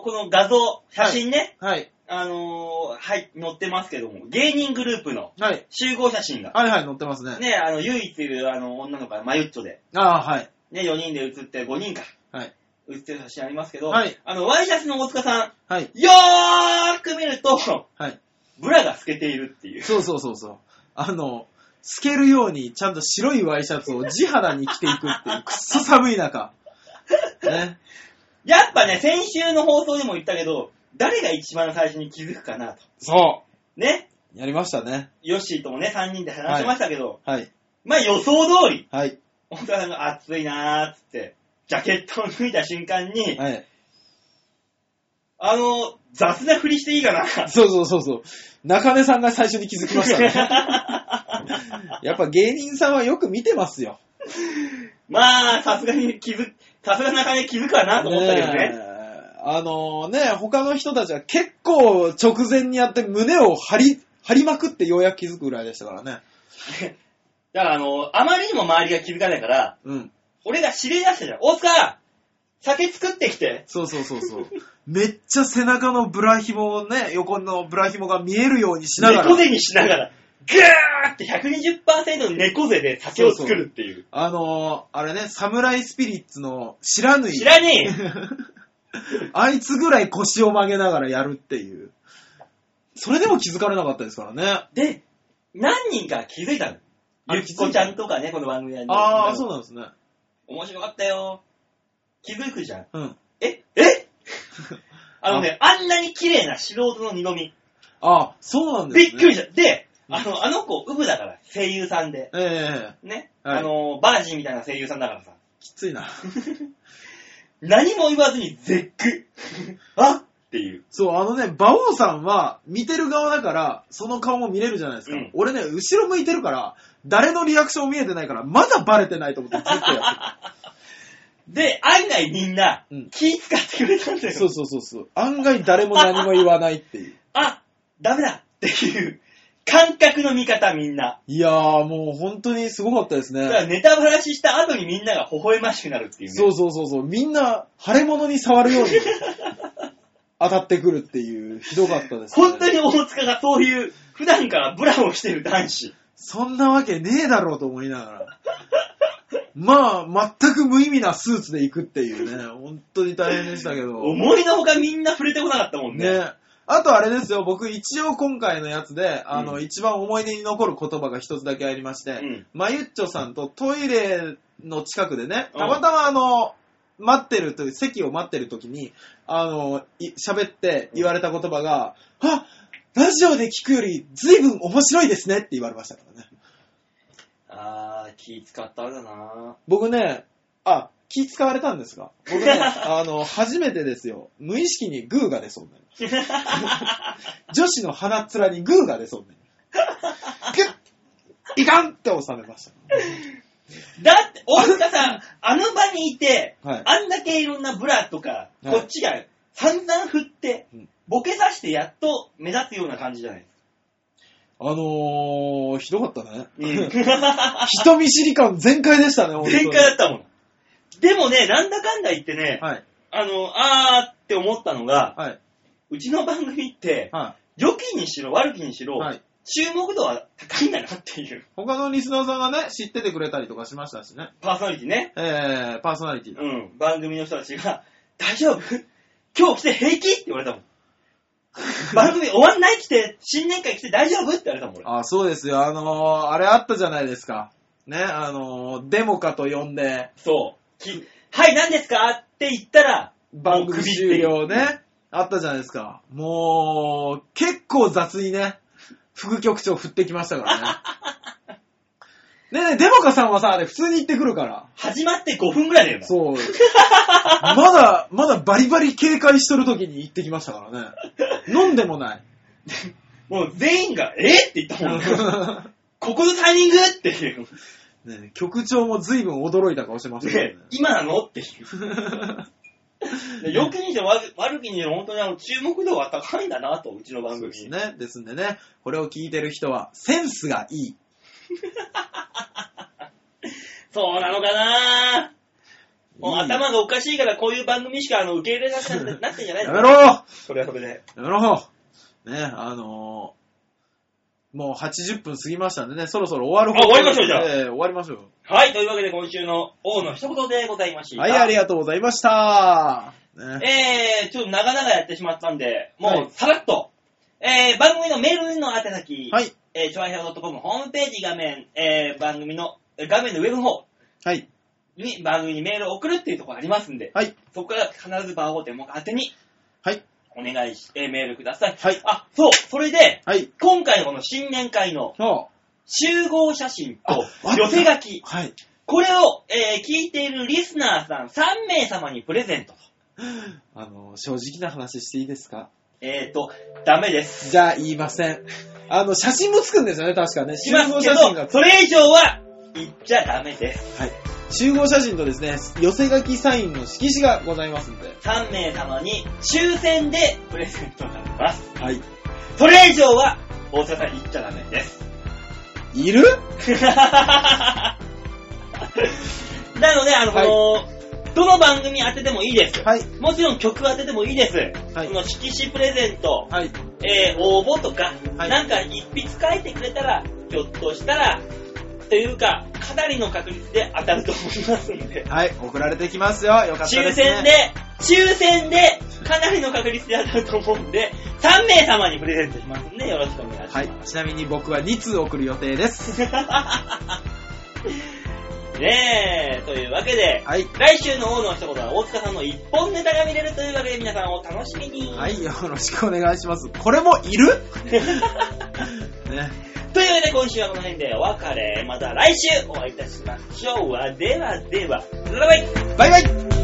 ーこの画像、写真ね、はい、あのーはい、載ってますけども、芸人グループのはい。集合写真が、はいはい、乗ってますね。ね、あの、唯一いるあの、女の子がマユッチョで、ああ、はい。ね、4人で写って5人か。はい。写ってる写真ありますけど、はいあの、ワイシャツの大塚さはい。ん、よーく見ると、はい。ブラが透けているっていう。そうそうそうそう。あの、透けるようにちゃんと白いワイシャツを地肌に着ていくって いう、くっそ寒い中。ね。やっぱね、先週の放送でも言ったけど、誰が一番最初に気づくかなと。そね、う。やりましたね。ヨッシーともね、3人で話してましたけど、はい。まあ予想通り、はい。大塚さんが暑いなーっつって、ジャケットを脱いだ瞬間に、はい。あの、雑なふりしていいかな。そうそうそうそう。中根さんが最初に気づきました ね。 やっぱ芸人さんはよく見てますよ。まあ、さすがに気づ、さすが中根気づくかなと思ったけどねえあのね、他の人たちは結構直前にやって胸を張り、張りまくってようやく気づくぐらいでしたからね。だからあの、あまりにも周りが気づかないから、うん。俺が知り出したじゃん。大塚酒作ってきて。そうそうそうそう。めっちゃ背中のブラ紐をね、横のブラ紐が見えるようにしなが猫ら、背にしながら、ガーって120%の猫背で酒を作るっていう。あのー、あれね、サムライスピリッツの知らぬい知、らね えあいつぐらい腰を曲げながらやるっていう。それでも気づかれなかったですからね。で、何人か気づいたの。あゆっこちゃんとかね、この番組やるああ、そうなんですね。面白かったよ。気づくじゃん。うん。ええ あのね、あんなに綺麗な素人の二度見。ああ、そうなんですびね。っくりしした。で、あの、あの子、ウブだから、声優さんで。ええね、はいあの、バージンみたいな声優さんだからさ。きついな。何も言わずに絶 句。あっていう。そう、あのね、馬王さんは見てる側だから、その顔も見れるじゃないですか。うん俺ね、後ろ向いてるから、誰のリアクションも見えてないから、まだバレてないと思ってずっとやっで、案外みんなうん、気使ってくれたんてだ る。よ。そうそうそうそう。案外誰も何も言わないっていう。あダメだっていう、感覚の見方みんな。いやー、もう本当にすごかったですだからね。ネタばらしした後にみんなが微笑ましくなるっていうね。そうそうそうそう。みんな、腫れ物に 触るように当たってくるっていう、ひどかったです、ね。本当に大塚がそういう、普段からブラをしてる男子。そんなわけねえだろうと思いながら。まあ、全く無意味なスーツで行くっていうね、本当に大変でしたけど。思いのほかみんな触れてこなかったもんね。ね。あとあれですよ、僕一応今回のやつで、あの、うん一番思い出に残る言葉が一つだけありまして、うんまゆっちょさんとトイレの近くでね、うんたまたまあの、待ってるという、席を待ってる時に、あの、い喋って言われた言葉が、あラジオで聞くより随分面白いですねって言われましたからね。あー、気使っただな僕ね、あ、気使われたんですか僕ね、 あの、初めてですよ、無意識にグーが出そうになり ました。女子の鼻っ面にグーが出そうになりました。グッいかんって収めました。だって、大塚さん、あの場にいて、はいあんだけいろんなブラとか、はいこっちが散々振ってうん、ボケさしてやっと目立つような感じじゃないあのー、ひどかったね。 ですか。 人見知り感全開でしたね、本当に全開だったもん。でもね、なんだかんだ言ってね、はい、あの、あーって思ったのが、はい、うちの番組って、は良きにしろ悪きにしろ、い、はい。注目度は高いんだなっていう、他のリスナーさんがね、知っててくれたりとかしましたしね。パーソナリティね。えー、パーソナ リティ。うん、番組の人たちが、大丈夫今日来て平気って言われ たもん。番組終わんない来て、新年会来て大丈夫って言われたもん、俺。あ、そうですよ。あのー、あれあったじゃないですか。ね、あのー、デモかと呼んで、そう。きはい、何ですかって言ったら、番組終了ね。あったじゃないですか。もう、結構雑にね、副局長振ってきましたからね。ねえねえ、デモカさんはさ、あれ普通に行ってくるから。始まって5分ぐらいだよな。そう。まだ、まだバリバリ警戒しとる時に行ってきましたからね。飲んでもない。もう全員が、えって言ったもん、 ここのタイミングっていう。ねえ局長も随分驚いた顔してましたからねね。今なのっていう。で良きにしても悪悪きにしても本当にあの注目度は高いんだなと、うちの番そう組。ですね。ですんでね、これを聞いてる人は、センスがいい。そうなのかなもういい頭がおかしいからこういう番組しかあの受け入れなくなってなってんじゃないやのめろそれはそれで。やめろね、あのーもう80分過ぎましたんでね、そろそろ終わるあ終わりましょうじゃあええ終わりましょはい、というわけで今週の王の一言でございましう。た。はい、ありがとうございました。ね、えー、ちょっと長々やってしまったんで、はもいうさらっと、えー、番組のメールの宛先、はい、えー、超平洋 .com ホームページ画面、えー、番組の、えー画面の上の方はい、に番組にメールを送るっていうところありますんで、はい、そこから必ず番号でも宛てにはい、お願いし、えーメールください。はいあ、そう、それで、はい、今回のこの新年会の今集合写真あとあった寄せ書き日、、はい、これを、えー聞いているリスナーさん3名様にプレゼントと。あのー正直な話していいですかえっ、ー、と、ダメです。じゃあ言いません。あの、写真もつくんですよね、確かね。し集ま合すけ写真がど、それ以上は言っちゃダメです。はい。集合写真とですね、寄せ書きサインの色紙がございますんで。 3名様に抽選でプレゼントになります。はい。それ以上は大阪に言っちゃダメです。 いるなので、あの、はいこの、どの番組当ててもいいです。はい。もちろん曲当ててもいいです。はいこの色紙プレゼント、はい。えー応募とか、はいなんか一筆書いてくれたら、ひょっとしたら、というか、かなりの確率で当たると思いますので、はい、送られてきますよ。よかったです、ね。抽選で、抽選で、かなりの確率で当たると思うんで、3名様にプレゼントしますんで、よろしくお願いします。はい。ちなみに僕は2通送る予定です。 ねえ、というわけで、はい。来週の王の一言は大塚さんの一本ネタが見れるというわけで皆さんお楽しみに、 はい、よろしくお願いします。これもいるね。というわけでで、今週はこの辺でお別れ。また来週お会いいたしましょう。ではでは、バイバイバイバイ